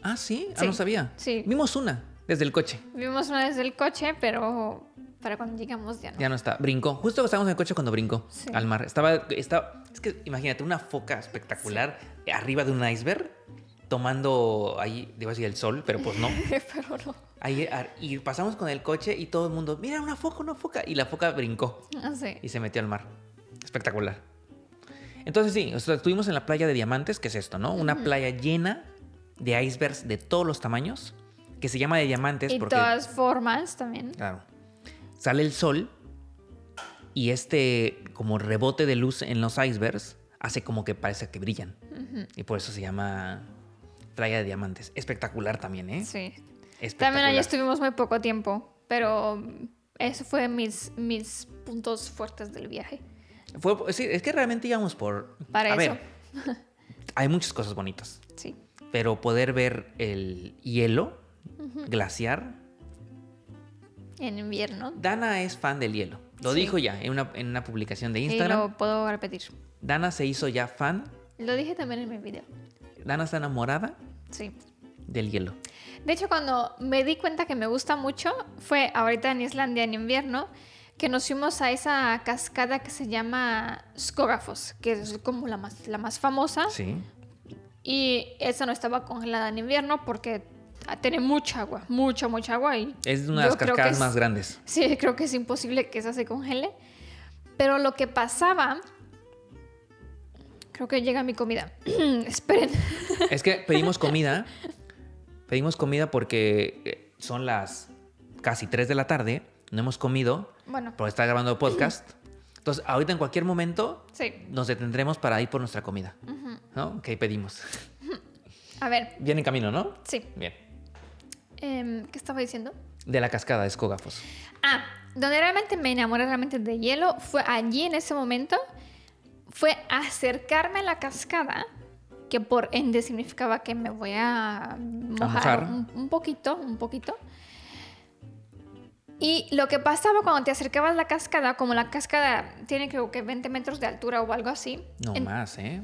[SPEAKER 2] Ah, sí, Ah,
[SPEAKER 1] Sí,
[SPEAKER 2] no sabía.
[SPEAKER 1] sí.
[SPEAKER 2] Vimos una desde el coche.
[SPEAKER 1] Vimos una desde el coche, pero para cuando llegamos ya no.
[SPEAKER 2] Ya no está. Brincó. Justo estábamos en el coche cuando brincó
[SPEAKER 1] Sí.
[SPEAKER 2] al mar. Estaba, estaba. Es que imagínate, una foca espectacular arriba de un iceberg, tomando ahí, digo así, el sol, pero pues no.
[SPEAKER 1] Pero no.
[SPEAKER 2] Ahí, ar- y pasamos con el coche y todo el mundo, mira, una foca, una foca. Y la foca brincó
[SPEAKER 1] Ah, sí.
[SPEAKER 2] y se metió al mar. Espectacular. Entonces sí, o sea, estuvimos en la playa de Diamantes, que es esto, ¿no? Una playa llena de icebergs de todos los tamaños, que se llama de Diamantes
[SPEAKER 1] Y
[SPEAKER 2] porque...
[SPEAKER 1] todas formas también.
[SPEAKER 2] Claro. Sale el sol y este como rebote de luz en los icebergs hace como que parece que brillan. Y por eso se llama playa de diamantes. Espectacular también, ¿eh?
[SPEAKER 1] Sí.
[SPEAKER 2] Espectacular.
[SPEAKER 1] También ahí estuvimos muy poco tiempo, pero mm, eso fue mis, mis puntos fuertes del viaje.
[SPEAKER 2] Fue- sí, es que realmente íbamos por...
[SPEAKER 1] Para
[SPEAKER 2] a
[SPEAKER 1] eso.
[SPEAKER 2] ver, hay muchas cosas bonitas,
[SPEAKER 1] Sí.
[SPEAKER 2] pero poder ver el hielo glaciar.
[SPEAKER 1] En invierno.
[SPEAKER 2] Dana es fan del hielo. Lo
[SPEAKER 1] Sí.
[SPEAKER 2] dijo ya en una, en una publicación de
[SPEAKER 1] Y
[SPEAKER 2] Instagram.
[SPEAKER 1] lo puedo repetir.
[SPEAKER 2] Dana se hizo ya fan.
[SPEAKER 1] Lo dije también en mi video.
[SPEAKER 2] Dana está enamorada
[SPEAKER 1] Sí.
[SPEAKER 2] del hielo.
[SPEAKER 1] De hecho, cuando me di cuenta que me gusta mucho, fue ahorita en Islandia en invierno, que nos fuimos a esa cascada que se llama Skogafos, que es como la más, la más famosa.
[SPEAKER 2] Sí.
[SPEAKER 1] Y esa no estaba congelada en invierno porque tiene mucha agua, mucha, mucha agua. Y
[SPEAKER 2] Es una de las
[SPEAKER 1] yo creo que
[SPEAKER 2] cascadas
[SPEAKER 1] es-
[SPEAKER 2] más grandes.
[SPEAKER 1] Sí, creo que es imposible que esa se congele. Pero lo que pasaba... Creo que llega mi comida. Esperen.
[SPEAKER 2] Es que pedimos comida. Pedimos comida porque eh, son las casi 3 de la tarde. No hemos comido.
[SPEAKER 1] Bueno,
[SPEAKER 2] Pero está grabando podcast. Entonces, ahorita en cualquier momento
[SPEAKER 1] sí.
[SPEAKER 2] nos detendremos para ir por nuestra comida. ¿No? Que pedimos.
[SPEAKER 1] A ver,
[SPEAKER 2] Bien en camino, ¿no?
[SPEAKER 1] sí.
[SPEAKER 2] Bien.
[SPEAKER 1] Em, ¿Qué estaba diciendo?
[SPEAKER 2] De la cascada de Escógafos.
[SPEAKER 1] Ah, donde realmente me enamoré realmente de hielo fue allí en ese momento. Fue acercarme a la cascada, que por ende significaba que me voy a mojar,
[SPEAKER 2] mojar.
[SPEAKER 1] Un, un poquito, un poquito. Y lo que pasaba cuando te acercabas a la cascada, como la cascada tiene creo que 20 metros de altura o algo así.
[SPEAKER 2] No
[SPEAKER 1] en-
[SPEAKER 2] más, ¿eh?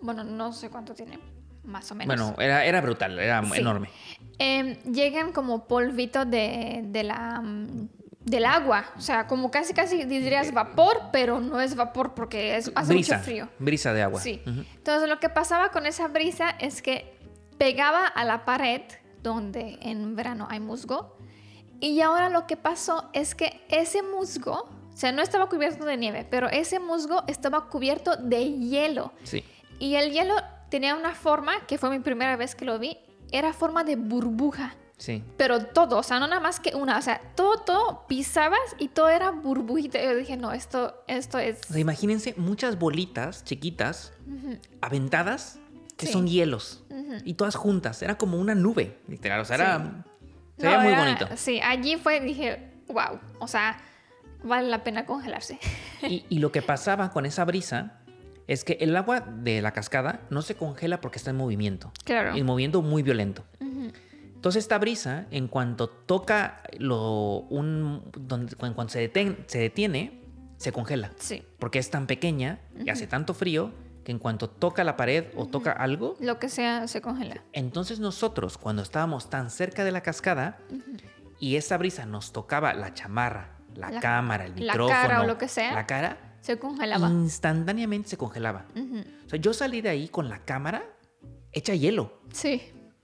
[SPEAKER 1] Bueno, no sé cuánto tiene, más o menos.
[SPEAKER 2] Bueno, era, era brutal, era
[SPEAKER 1] Sí.
[SPEAKER 2] enorme.
[SPEAKER 1] Em, llegan como polvito de, de la, mm, del agua. O sea, como casi casi dirías vapor, pero no es vapor porque es, hace
[SPEAKER 2] brisa.
[SPEAKER 1] mucho frío.
[SPEAKER 2] Brisa de agua.
[SPEAKER 1] Sí.
[SPEAKER 2] Ujú.
[SPEAKER 1] Entonces lo que pasaba con esa brisa es que pegaba a la pared donde en verano hay musgo. Y ahora lo que pasó es que ese musgo, o sea, no estaba cubierto de nieve, pero ese musgo estaba cubierto de hielo.
[SPEAKER 2] Sí.
[SPEAKER 1] Y el hielo tenía una forma, que fue mi primera vez que lo vi, era forma de burbuja.
[SPEAKER 2] Sí.
[SPEAKER 1] Pero todo, o sea, no nada más que una, o sea, todo, todo pisabas y todo era burbujita. Yo dije, no, esto, esto es...
[SPEAKER 2] O sea, imagínense muchas bolitas chiquitas, aventadas, que
[SPEAKER 1] Sí.
[SPEAKER 2] son hielos. Y todas juntas. Era como una nube, literal. O sea, era. Se veía
[SPEAKER 1] No,
[SPEAKER 2] muy
[SPEAKER 1] era-
[SPEAKER 2] bonito.
[SPEAKER 1] Sí, allí fue, dije, wow, o sea, vale la pena congelarse.
[SPEAKER 2] Y, y lo que pasaba con esa brisa es que el agua de la cascada no se congela porque está en movimiento.
[SPEAKER 1] Claro.
[SPEAKER 2] En movimiento muy violento. Entonces esta brisa, en cuanto toca lo, un, donde, en cuanto se, deten- se detiene, se congela.
[SPEAKER 1] Sí,
[SPEAKER 2] Porque es tan pequeña y hace tanto frío que en cuanto toca la pared o toca algo,
[SPEAKER 1] lo que sea se congela.
[SPEAKER 2] Entonces nosotros, cuando estábamos tan cerca de la cascada y esa brisa nos tocaba la chamarra, la,
[SPEAKER 1] La-
[SPEAKER 2] cámara, el
[SPEAKER 1] la cara
[SPEAKER 2] micrófono,
[SPEAKER 1] o lo que sea.
[SPEAKER 2] la cara,
[SPEAKER 1] Se congelaba.
[SPEAKER 2] Mm. instantáneamente se congelaba.
[SPEAKER 1] Ujú.
[SPEAKER 2] O sea, yo salí de ahí con la cámara hecha hielo.
[SPEAKER 1] Sí,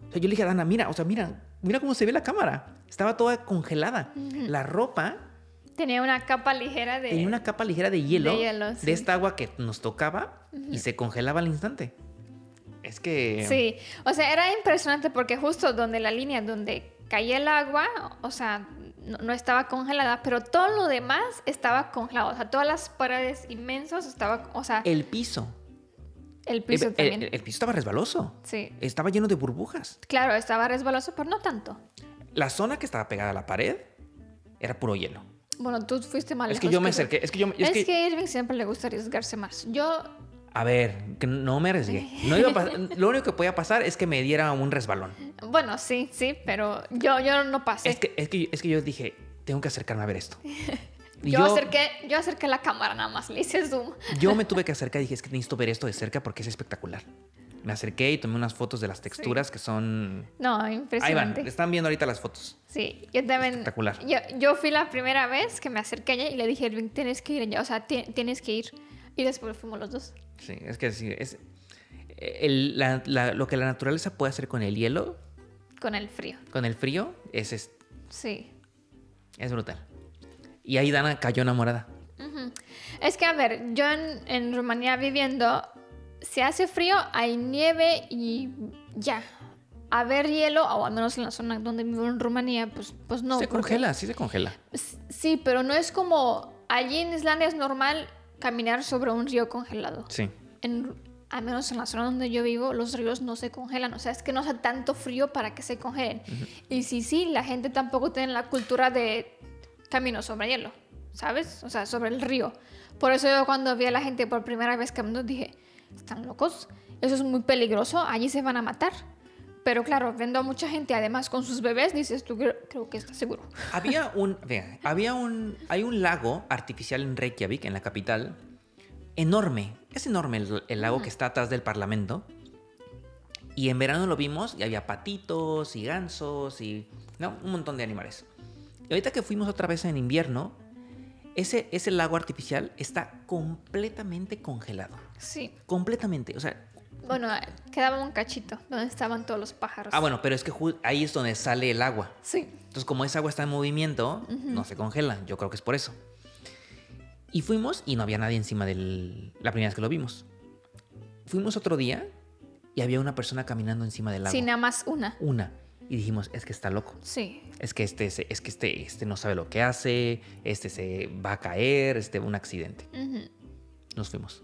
[SPEAKER 2] O sea, yo le dije a Dana, mira, o sea, mira, mira cómo se ve la cámara. Estaba toda congelada. La ropa
[SPEAKER 1] tenía una capa ligera de...
[SPEAKER 2] tenía una capa ligera de hielo,
[SPEAKER 1] de hielo, sí.
[SPEAKER 2] esta agua que nos tocaba y se congelaba al instante. Es que
[SPEAKER 1] Sí, o sea, era impresionante porque justo donde la línea donde caía el agua, o sea, no, no estaba congelada, pero todo lo demás estaba congelado, o sea, todas las paredes inmensas estaba, o sea, el,
[SPEAKER 2] el piso
[SPEAKER 1] piso
[SPEAKER 2] el,
[SPEAKER 1] también.
[SPEAKER 2] el- el piso estaba resbaloso.
[SPEAKER 1] sí,
[SPEAKER 2] Estaba lleno de burbujas.
[SPEAKER 1] claro, estaba resbaloso, pero no tanto.
[SPEAKER 2] La zona que estaba pegada a la pared era puro hielo.
[SPEAKER 1] Bueno, tú fuiste mal.
[SPEAKER 2] es que yo me acerqué. Es que yo me-
[SPEAKER 1] Es,
[SPEAKER 2] es que-
[SPEAKER 1] que a Irving siempre le gusta arriesgarse más. Yo,
[SPEAKER 2] A ver, que no me arriesgué. No iba a pas- lo único que podía pasar es que me diera un resbalón.
[SPEAKER 1] bueno, sí, sí, pero yo, yo no pasé.
[SPEAKER 2] Es, que, es, que, es que yo dije, tengo que acercarme a ver esto. Y
[SPEAKER 1] yo, acerqué, yo acerqué la cámara nada más, le hice zoom.
[SPEAKER 2] yo me tuve que acercar y dije, es que necesito ver esto de cerca porque es espectacular. me acerqué y tomé unas fotos de las texturas que son...
[SPEAKER 1] No,
[SPEAKER 2] Ahí van,
[SPEAKER 1] impresionante.
[SPEAKER 2] están viendo ahorita las fotos.
[SPEAKER 1] Sí, yo también.
[SPEAKER 2] Espectacular.
[SPEAKER 1] Yo, yo fui la primera vez que me acerqué a ella y le dije, Irving, tienes que ir allá, o sea, ti- tienes que ir. Y después fuimos los dos.
[SPEAKER 2] Sí, es que sí, es... el- la- la- lo que la naturaleza puede hacer con el hielo,
[SPEAKER 1] Con el frío.
[SPEAKER 2] con el frío, es, es,
[SPEAKER 1] Sí.
[SPEAKER 2] es brutal. Y ahí Dana cayó enamorada.
[SPEAKER 1] Ujú. Es que, a ver, yo en, en Rumanía viviendo, se hace frío, hay nieve y ya. A ver hielo, o al menos en la zona donde vivo en Rumanía, pues, pues no.
[SPEAKER 2] se
[SPEAKER 1] porque-
[SPEAKER 2] congela, sí se congela.
[SPEAKER 1] S- Sí, pero no es como. Allí en Islandia es normal caminar sobre un río congelado.
[SPEAKER 2] Sí.
[SPEAKER 1] en- al menos en la zona donde yo vivo, los ríos no se congelan. O sea, es que no hace tanto frío para que se congelen. Y sí, sí, la gente tampoco tiene la cultura de camino sobre hielo, ¿sabes? O sea, sobre el río. Por eso yo cuando vi a la gente por primera vez caminando dije, están locos, eso es muy peligroso, allí se van a matar. Pero claro, viendo a mucha gente además con sus bebés, dices tú, "Creo- creo que está seguro.
[SPEAKER 2] Había un, vean, había un, hay un lago artificial en Reykjavik, en la capital, enorme. Es enorme el, el lago que está atrás del Parlamento. Y en verano lo vimos y había patitos y gansos y, no, un montón de animales. Y ahorita que fuimos otra vez en invierno, ese, ese lago artificial está completamente congelado.
[SPEAKER 1] Sí.
[SPEAKER 2] Completamente. O sea,
[SPEAKER 1] Bueno, eh, quedaba un cachito donde estaban todos los pájaros.
[SPEAKER 2] ah, bueno, pero es que ju- ahí es donde sale el agua.
[SPEAKER 1] Sí.
[SPEAKER 2] Entonces, como esa agua está en movimiento, no se congela. Yo creo que es por eso. Y fuimos y no había nadie encima del. La primera vez que lo vimos. Fuimos otro día y había una persona caminando encima del lago.
[SPEAKER 1] Sí, nada más una.
[SPEAKER 2] Una. Y dijimos, es que está loco.
[SPEAKER 1] Sí,
[SPEAKER 2] Es que este, se- es que este, este no sabe lo que hace. Este se va a caer. Este, un accidente.
[SPEAKER 1] Ujú.
[SPEAKER 2] Nos fuimos.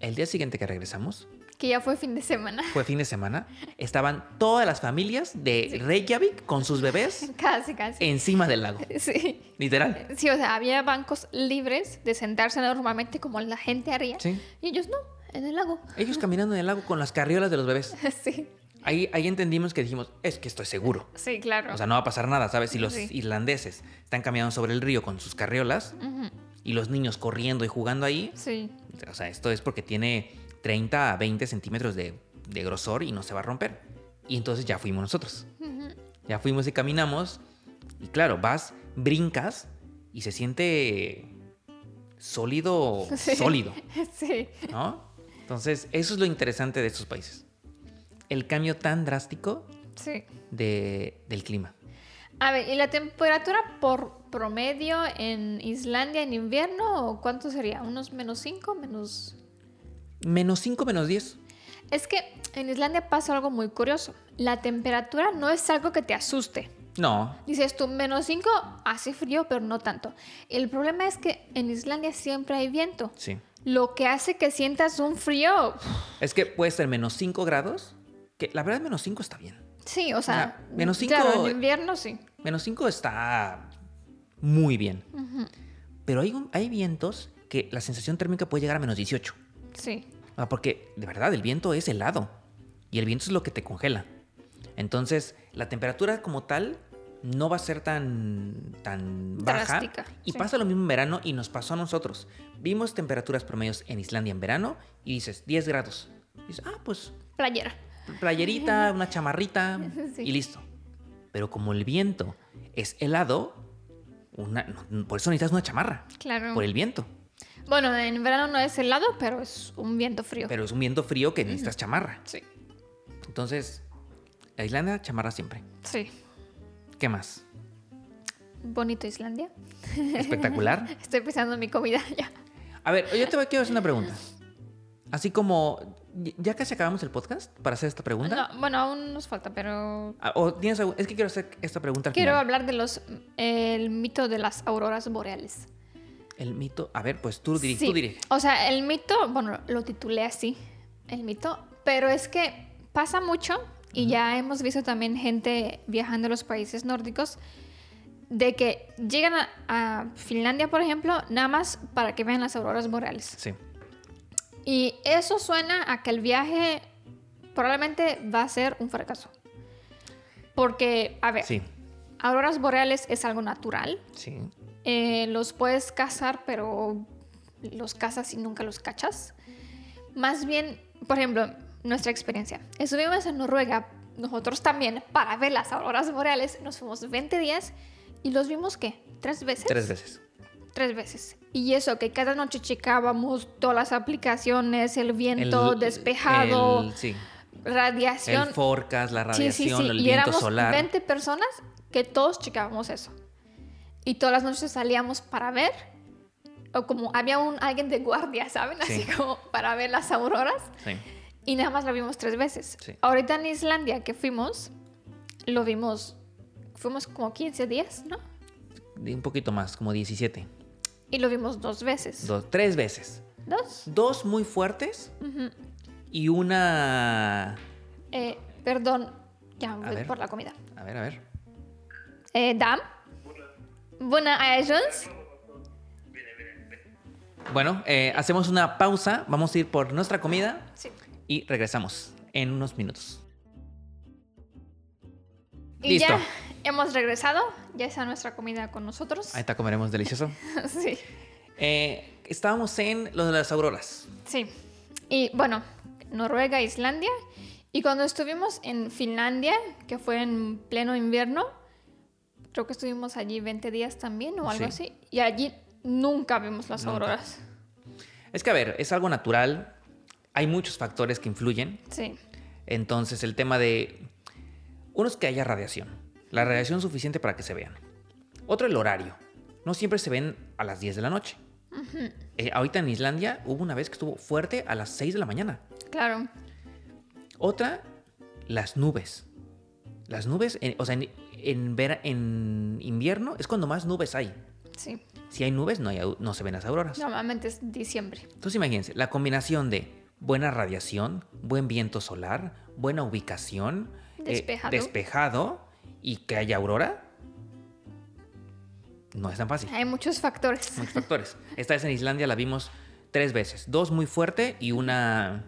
[SPEAKER 2] El día siguiente que regresamos,
[SPEAKER 1] Que ya fue fin de semana,
[SPEAKER 2] fue fin de semana, estaban todas las familias de Reykjavik con sus bebés
[SPEAKER 1] casi, casi.
[SPEAKER 2] encima del lago.
[SPEAKER 1] Sí.
[SPEAKER 2] Literal.
[SPEAKER 1] Sí, o sea, había bancos libres de sentarse normalmente como la gente haría.
[SPEAKER 2] Sí.
[SPEAKER 1] Y ellos no, en el lago.
[SPEAKER 2] Ellos caminando en el lago con las carriolas de los bebés.
[SPEAKER 1] Sí,
[SPEAKER 2] Ahí, ahí entendimos que dijimos, es que estoy seguro.
[SPEAKER 1] sí, claro.
[SPEAKER 2] O sea, no va a pasar nada, ¿sabes? Si los
[SPEAKER 1] Sí.
[SPEAKER 2] irlandeses están caminando sobre el río con sus carriolas
[SPEAKER 1] Ujú.
[SPEAKER 2] y los niños corriendo y jugando ahí,
[SPEAKER 1] Sí,
[SPEAKER 2] o sea, esto es porque tiene 30 a 20 centímetros de, de grosor y no se va a romper. Y entonces ya fuimos nosotros. Ya fuimos y caminamos. Y claro, vas, brincas y se siente sólido,
[SPEAKER 1] Sí.
[SPEAKER 2] sólido.
[SPEAKER 1] sí.
[SPEAKER 2] ¿no? Entonces, eso es lo interesante de estos países. El cambio tan drástico
[SPEAKER 1] Sí.
[SPEAKER 2] de- del clima.
[SPEAKER 1] A ver, ¿y la temperatura por promedio en Islandia en invierno cuánto sería? ¿Unos menos 5? Menos...
[SPEAKER 2] Menos 5, menos 10.
[SPEAKER 1] Es que en Islandia pasa algo muy curioso. La temperatura no es algo que te asuste.
[SPEAKER 2] No.
[SPEAKER 1] Dices tú, menos 5, hace frío, pero no tanto. El problema es que en Islandia siempre hay viento,
[SPEAKER 2] Sí.
[SPEAKER 1] lo que hace que sientas un frío.
[SPEAKER 2] Es que puede ser menos 5 grados, que la verdad menos 5 está bien.
[SPEAKER 1] Sí, o sea,
[SPEAKER 2] Ah, menos cinco-
[SPEAKER 1] Claro, en invierno sí.
[SPEAKER 2] Menos 5 está muy bien. Pero hay, un- hay vientos que la sensación térmica puede llegar a menos 18.
[SPEAKER 1] Sí,
[SPEAKER 2] Ah, porque de verdad el viento es helado y el viento es lo que te congela. Entonces, la temperatura como tal no va a ser tan, tan baja.
[SPEAKER 1] Drástica,
[SPEAKER 2] y
[SPEAKER 1] sí.
[SPEAKER 2] pasa lo mismo en verano y nos pasó a nosotros. Vimos temperaturas promedios en Islandia en verano y dices 10 grados. Y dices, ah, pues
[SPEAKER 1] playera.
[SPEAKER 2] playerita, una chamarrita
[SPEAKER 1] Sí.
[SPEAKER 2] y listo. Pero como el viento es helado, una- no- por eso necesitas una chamarra.
[SPEAKER 1] Claro.
[SPEAKER 2] Por el viento.
[SPEAKER 1] Bueno, en verano no es helado, pero es un viento frío.
[SPEAKER 2] Pero es un viento frío que necesitas chamarra.
[SPEAKER 1] Sí,
[SPEAKER 2] Entonces, a Islandia, chamarra siempre.
[SPEAKER 1] sí.
[SPEAKER 2] ¿Qué más?
[SPEAKER 1] Bonito Islandia.
[SPEAKER 2] Espectacular.
[SPEAKER 1] Estoy pensando en mi comida ya.
[SPEAKER 2] A ver, yo te voy- quiero hacer una pregunta. Así como, y- ya casi acabamos el podcast para hacer esta pregunta.
[SPEAKER 1] No, bueno, aún nos falta, pero
[SPEAKER 2] Ah, O tienes algún- es que quiero hacer esta pregunta al
[SPEAKER 1] quiero
[SPEAKER 2] final.
[SPEAKER 1] hablar de los el mito de las auroras boreales.
[SPEAKER 2] El mito. A ver, pues tú diriges.
[SPEAKER 1] Sí.
[SPEAKER 2] Tú dirige.
[SPEAKER 1] O sea, el mito, bueno, lo titulé así, el mito, pero es que pasa mucho y ya hemos visto también gente viajando a los países nórdicos de que llegan a, a Finlandia, por ejemplo, nada más para que vean las auroras boreales.
[SPEAKER 2] Sí.
[SPEAKER 1] Y eso suena a que el viaje probablemente va a ser un fracaso. Porque, a ver,
[SPEAKER 2] Sí.
[SPEAKER 1] auroras boreales es algo natural,
[SPEAKER 2] Sí.
[SPEAKER 1] eh, los puedes cazar, pero los cazas y nunca los cachas. Más bien, por ejemplo, nuestra experiencia. Estuvimos en Noruega, nosotros también, para ver las auroras boreales. Nos fuimos 20 días y los vimos, ¿qué? ¿Tres veces?
[SPEAKER 2] Tres veces.
[SPEAKER 1] Tres veces. Y eso, que cada noche checábamos todas las aplicaciones, el viento
[SPEAKER 2] El-
[SPEAKER 1] despejado,
[SPEAKER 2] el- sí.
[SPEAKER 1] radiación.
[SPEAKER 2] El forecast, la
[SPEAKER 1] Sí,
[SPEAKER 2] radiación,
[SPEAKER 1] sí, sí.
[SPEAKER 2] el
[SPEAKER 1] Y
[SPEAKER 2] viento
[SPEAKER 1] éramos
[SPEAKER 2] solar.
[SPEAKER 1] 20 personas que todos checábamos eso. Y todas las noches salíamos para ver, o como había un, alguien de guardia, ¿saben? Así
[SPEAKER 2] Sí.
[SPEAKER 1] como para ver las auroras.
[SPEAKER 2] Sí.
[SPEAKER 1] Y nada más la vimos tres veces.
[SPEAKER 2] Sí.
[SPEAKER 1] Ahorita en Islandia que fuimos, lo vimos, fuimos como 15 días, ¿no?
[SPEAKER 2] De Un poquito más, como 17.
[SPEAKER 1] Y lo vimos dos veces.
[SPEAKER 2] Dos, tres veces.
[SPEAKER 1] Dos.
[SPEAKER 2] Dos muy fuertes y una...
[SPEAKER 1] Eh, perdón, ya voy
[SPEAKER 2] ver.
[SPEAKER 1] por la comida.
[SPEAKER 2] A ver, a ver.
[SPEAKER 1] Eh, Dam. Buena a
[SPEAKER 2] Bueno, eh, hacemos una pausa, vamos a ir por nuestra comida
[SPEAKER 1] Sí.
[SPEAKER 2] y regresamos en unos minutos.
[SPEAKER 1] Y
[SPEAKER 2] Listo.
[SPEAKER 1] ya hemos regresado, ya está nuestra comida con nosotros.
[SPEAKER 2] Ahí está, comeremos delicioso.
[SPEAKER 1] sí,
[SPEAKER 2] Eh, estábamos en lo de las auroras.
[SPEAKER 1] sí. Y bueno, Noruega, Islandia. Y cuando estuvimos en Finlandia, que fue en pleno invierno, creo que estuvimos allí 20 días también o algo
[SPEAKER 2] Sí.
[SPEAKER 1] así. Y allí nunca vimos las
[SPEAKER 2] Nunca.
[SPEAKER 1] auroras.
[SPEAKER 2] Es que, a ver, es algo natural, hay muchos factores que influyen.
[SPEAKER 1] Sí,
[SPEAKER 2] Entonces, el tema de. Uno es que haya radiación. La radiación suficiente para que se vean. Otro, el horario. No siempre se ven a las 10 de la noche. Eh, ahorita en Islandia hubo una vez que estuvo fuerte a las 6 de la mañana.
[SPEAKER 1] claro.
[SPEAKER 2] Otra, las nubes. Las nubes, en- o sea, en, en vera- en invierno es cuando más nubes hay.
[SPEAKER 1] Sí,
[SPEAKER 2] Si hay nubes, no, hay au- no se ven las auroras.
[SPEAKER 1] normalmente es diciembre.
[SPEAKER 2] Entonces imagínense, la combinación de buena radiación, buen viento solar, buena ubicación, eh,
[SPEAKER 1] Despejado.
[SPEAKER 2] despejado y que haya aurora, no es tan fácil.
[SPEAKER 1] Hay muchos factores.
[SPEAKER 2] Muchos factores. Esta vez en Islandia la vimos tres veces, dos muy fuerte y una...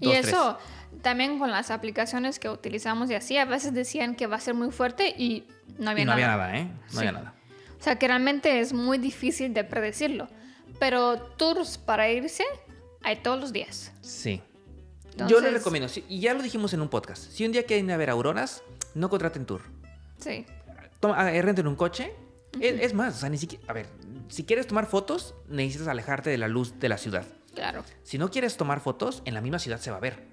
[SPEAKER 1] Y
[SPEAKER 2] dos,
[SPEAKER 1] eso, también con las aplicaciones que utilizamos y así, a veces decían que va a ser muy fuerte y no había,
[SPEAKER 2] tres. Y no
[SPEAKER 1] nada.
[SPEAKER 2] había nada, ¿eh? No
[SPEAKER 1] Sí.
[SPEAKER 2] había nada.
[SPEAKER 1] O sea que realmente es muy difícil de predecirlo. Pero tours para irse hay todos los días.
[SPEAKER 2] Sí. Yo
[SPEAKER 1] Entonces-
[SPEAKER 2] les recomiendo, si- y ya lo dijimos en un podcast, si un día quieren ir a ver auroras, no contraten tour.
[SPEAKER 1] Sí,
[SPEAKER 2] toma, ah, eh, renten un coche. Es, es más, o sea, ni siquiera. A ver, si quieres tomar fotos, necesitas alejarte de la luz de la ciudad.
[SPEAKER 1] claro.
[SPEAKER 2] Si no quieres tomar fotos, en la misma ciudad se va a ver.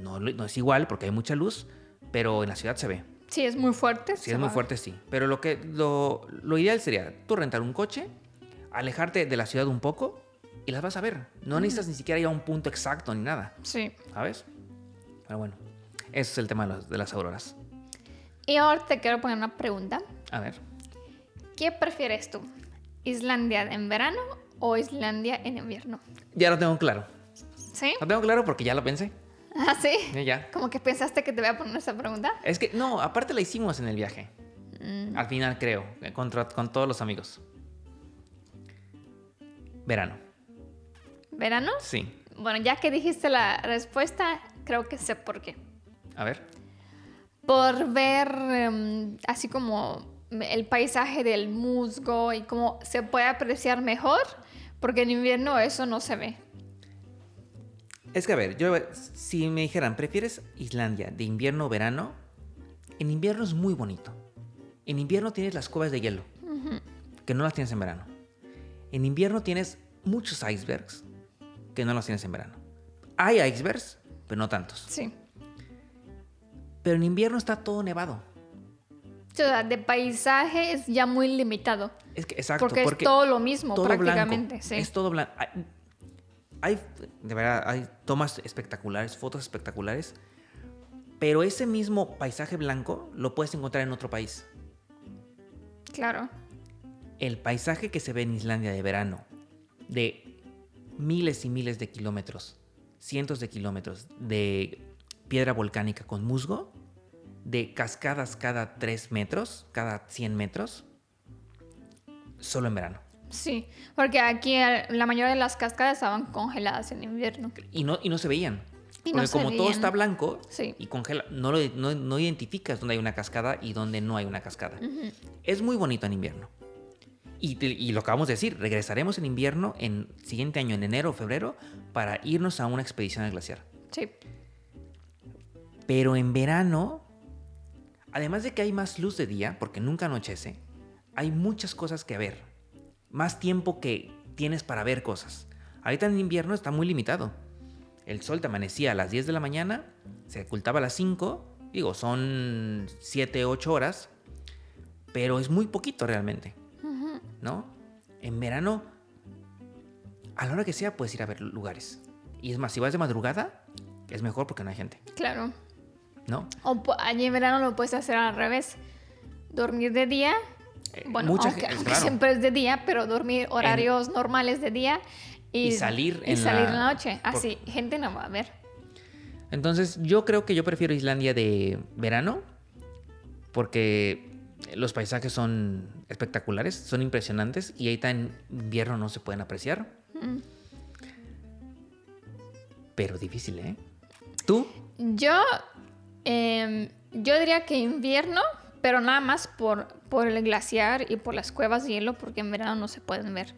[SPEAKER 2] No, lo- no es igual porque hay mucha luz, pero en la ciudad se ve.
[SPEAKER 1] Sí, es muy fuerte.
[SPEAKER 2] Si
[SPEAKER 1] se
[SPEAKER 2] es
[SPEAKER 1] va
[SPEAKER 2] muy
[SPEAKER 1] a ver.
[SPEAKER 2] fuerte, sí. Pero lo, que, lo, lo ideal sería tú rentar un coche, alejarte de la ciudad un poco y las vas a ver. No necesitas ni siquiera ir a un punto exacto ni nada,
[SPEAKER 1] Sí.
[SPEAKER 2] ¿sabes? Pero bueno, ese es el tema de las, de las auroras.
[SPEAKER 1] Y ahora te quiero poner una pregunta.
[SPEAKER 2] A ver.
[SPEAKER 1] ¿Qué prefieres tú? ¿Islandia en verano o Islandia en invierno?
[SPEAKER 2] Ya lo tengo claro.
[SPEAKER 1] ¿Sí?
[SPEAKER 2] Lo tengo claro porque ya lo pensé.
[SPEAKER 1] ¿Ah, sí?
[SPEAKER 2] Ya, ya.
[SPEAKER 1] Como que pensaste que te voy a poner esa pregunta. Mm,
[SPEAKER 2] Es que, no, aparte la hicimos en el viaje. Al final, creo. eh, contra- con todos los amigos. Verano.
[SPEAKER 1] ¿Verano?
[SPEAKER 2] Sí.
[SPEAKER 1] Bueno, ya que dijiste la respuesta, creo que sé por qué.
[SPEAKER 2] A ver.
[SPEAKER 1] Por ver em, así como el paisaje del musgo y cómo se puede apreciar mejor, porque en invierno eso no se ve.
[SPEAKER 2] Es que, a ver, yo, si me dijeran, ¿prefieres Islandia de invierno o verano? En invierno es muy bonito. En invierno tienes las cuevas de hielo, que no las tienes en verano. En invierno tienes muchos icebergs, que no los tienes en verano. Hay icebergs, pero no tantos.
[SPEAKER 1] Sí.
[SPEAKER 2] Pero en invierno está todo nevado.
[SPEAKER 1] O sea, de paisaje es ya muy limitado,
[SPEAKER 2] Es que, exacto,
[SPEAKER 1] porque, es todo lo mismo
[SPEAKER 2] todo blanco.
[SPEAKER 1] prácticamente. Sí.
[SPEAKER 2] Es todo blanco. Hay, hay- de verdad, hay tomas espectaculares, fotos espectaculares, pero ese mismo paisaje blanco lo puedes encontrar en otro país.
[SPEAKER 1] Claro.
[SPEAKER 2] El paisaje que se ve en Islandia de verano, de miles y miles de kilómetros, cientos de kilómetros de piedra volcánica con musgo, de cascadas cada 3 metros, cada 100 metros, solo en verano.
[SPEAKER 1] Sí, porque aquí eh, la mayoría de las cascadas estaban congeladas en invierno.
[SPEAKER 2] y no, y no se veían.
[SPEAKER 1] Y no
[SPEAKER 2] Porque
[SPEAKER 1] se
[SPEAKER 2] como todo
[SPEAKER 1] veían.
[SPEAKER 2] está blanco
[SPEAKER 1] Sí.
[SPEAKER 2] y congela, no, lo- no- no identificas dónde hay una cascada y dónde no hay una cascada.
[SPEAKER 1] Mm.
[SPEAKER 2] Es muy bonito en invierno. Y, te- y lo acabamos de decir, regresaremos en invierno, en siguiente año, en enero o febrero, para irnos a una expedición al glaciar.
[SPEAKER 1] Sí.
[SPEAKER 2] Pero en verano, además de que hay más luz de día, porque nunca anochece, hay muchas cosas que ver. Más tiempo que tienes para ver cosas. Ahorita en invierno está muy limitado. El sol te amanecía a las 10 de la mañana, se ocultaba a las 5, digo, son 7, 8 horas, pero es muy poquito realmente,
[SPEAKER 1] Ujú.
[SPEAKER 2] ¿no? En verano, a la hora que sea, puedes ir a ver lugares. Y es más, si vas de madrugada, es mejor porque no hay gente,
[SPEAKER 1] Claro.
[SPEAKER 2] ¿no?
[SPEAKER 1] O pu- allí en verano lo puedes hacer al revés. Dormir de día.
[SPEAKER 2] Eh,
[SPEAKER 1] Bueno,
[SPEAKER 2] mucha
[SPEAKER 1] aunque,
[SPEAKER 2] gente-
[SPEAKER 1] aunque
[SPEAKER 2] claro.
[SPEAKER 1] siempre es de día, pero dormir horarios normales de día. Y,
[SPEAKER 2] Y salir
[SPEAKER 1] y
[SPEAKER 2] en
[SPEAKER 1] salir
[SPEAKER 2] la-
[SPEAKER 1] en la noche.
[SPEAKER 2] por-
[SPEAKER 1] Así, gente no va a ver.
[SPEAKER 2] Entonces, yo creo que yo prefiero Islandia de verano porque los paisajes son espectaculares, son impresionantes y ahí en invierno no se pueden apreciar.
[SPEAKER 1] Mm.
[SPEAKER 2] Pero difícil, ¿eh? ¿Tú?
[SPEAKER 1] Yo, em, yo diría que invierno, pero nada más por, por el glaciar y por las cuevas de hielo, porque en verano no se pueden ver.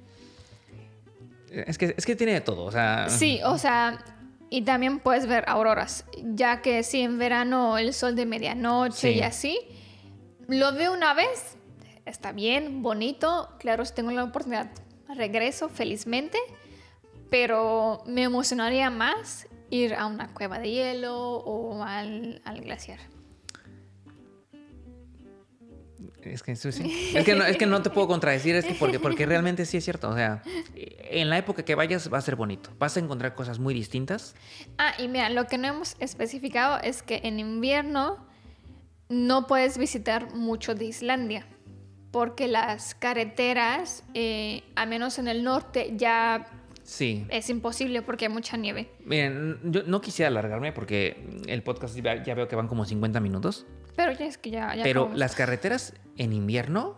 [SPEAKER 2] Es que, es que tiene de todo, o sea...
[SPEAKER 1] Sí, o sea, y también puedes ver auroras, ya que sí, en verano el sol de medianoche
[SPEAKER 2] Sí.
[SPEAKER 1] y así. Lo veo una vez, está bien, bonito, claro, si tengo la oportunidad, regreso felizmente, pero me emocionaría más ir a una cueva de hielo o al, al glaciar.
[SPEAKER 2] Es que, eso sí. es, que no, es que no te puedo contradecir, es que porque, porque realmente sí es cierto, o sea, en la época que vayas va a ser bonito, vas a encontrar cosas muy distintas.
[SPEAKER 1] Ah, y mira, lo que no hemos especificado es que en invierno no puedes visitar mucho de Islandia, porque las carreteras, eh, a menos en el norte, ya
[SPEAKER 2] Sí.
[SPEAKER 1] es imposible porque hay mucha nieve.
[SPEAKER 2] Miren, yo no quisiera alargarme porque el podcast ya ya veo que van como 50 minutos.
[SPEAKER 1] Pero ya es que ya... ya
[SPEAKER 2] Pero
[SPEAKER 1] acabamos.
[SPEAKER 2] las carreteras en invierno,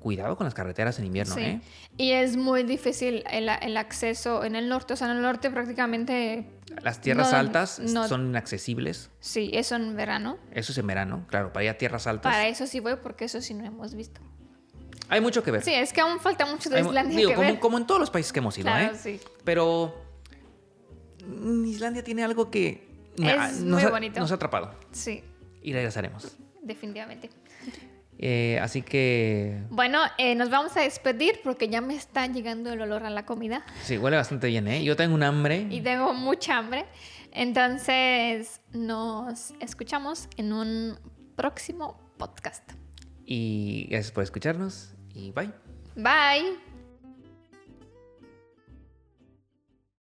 [SPEAKER 2] cuidado con las carreteras en invierno,
[SPEAKER 1] Sí.
[SPEAKER 2] ¿eh?
[SPEAKER 1] Y es muy difícil el, el acceso en el norte, o sea, en el norte prácticamente,
[SPEAKER 2] Las tierras
[SPEAKER 1] No,
[SPEAKER 2] altas
[SPEAKER 1] no.
[SPEAKER 2] son inaccesibles.
[SPEAKER 1] sí, eso en verano.
[SPEAKER 2] Eso es en verano, claro, para ir a tierras altas.
[SPEAKER 1] Para eso sí voy porque eso sí no hemos visto.
[SPEAKER 2] Hay mucho que ver.
[SPEAKER 1] Sí, es que aún falta mucho de
[SPEAKER 2] Hay mu-
[SPEAKER 1] Islandia
[SPEAKER 2] digo,
[SPEAKER 1] que
[SPEAKER 2] como,
[SPEAKER 1] ver.
[SPEAKER 2] como en todos los países que hemos ido,
[SPEAKER 1] Claro,
[SPEAKER 2] ¿eh?
[SPEAKER 1] sí.
[SPEAKER 2] Pero mm, Islandia tiene algo que me
[SPEAKER 1] Es
[SPEAKER 2] ha-
[SPEAKER 1] muy
[SPEAKER 2] nos, ha,
[SPEAKER 1] bonito.
[SPEAKER 2] nos ha atrapado
[SPEAKER 1] Sí,
[SPEAKER 2] y regresaremos.
[SPEAKER 1] definitivamente.
[SPEAKER 2] Eh, así que
[SPEAKER 1] Bueno, eh, nos vamos a despedir porque ya me está llegando el olor a la comida
[SPEAKER 2] sí, huele bastante bien, ¿eh? Yo tengo un hambre.
[SPEAKER 1] y tengo mucha hambre. Entonces, nos escuchamos en un próximo podcast.
[SPEAKER 2] Y gracias por escucharnos y bye.
[SPEAKER 1] Bye.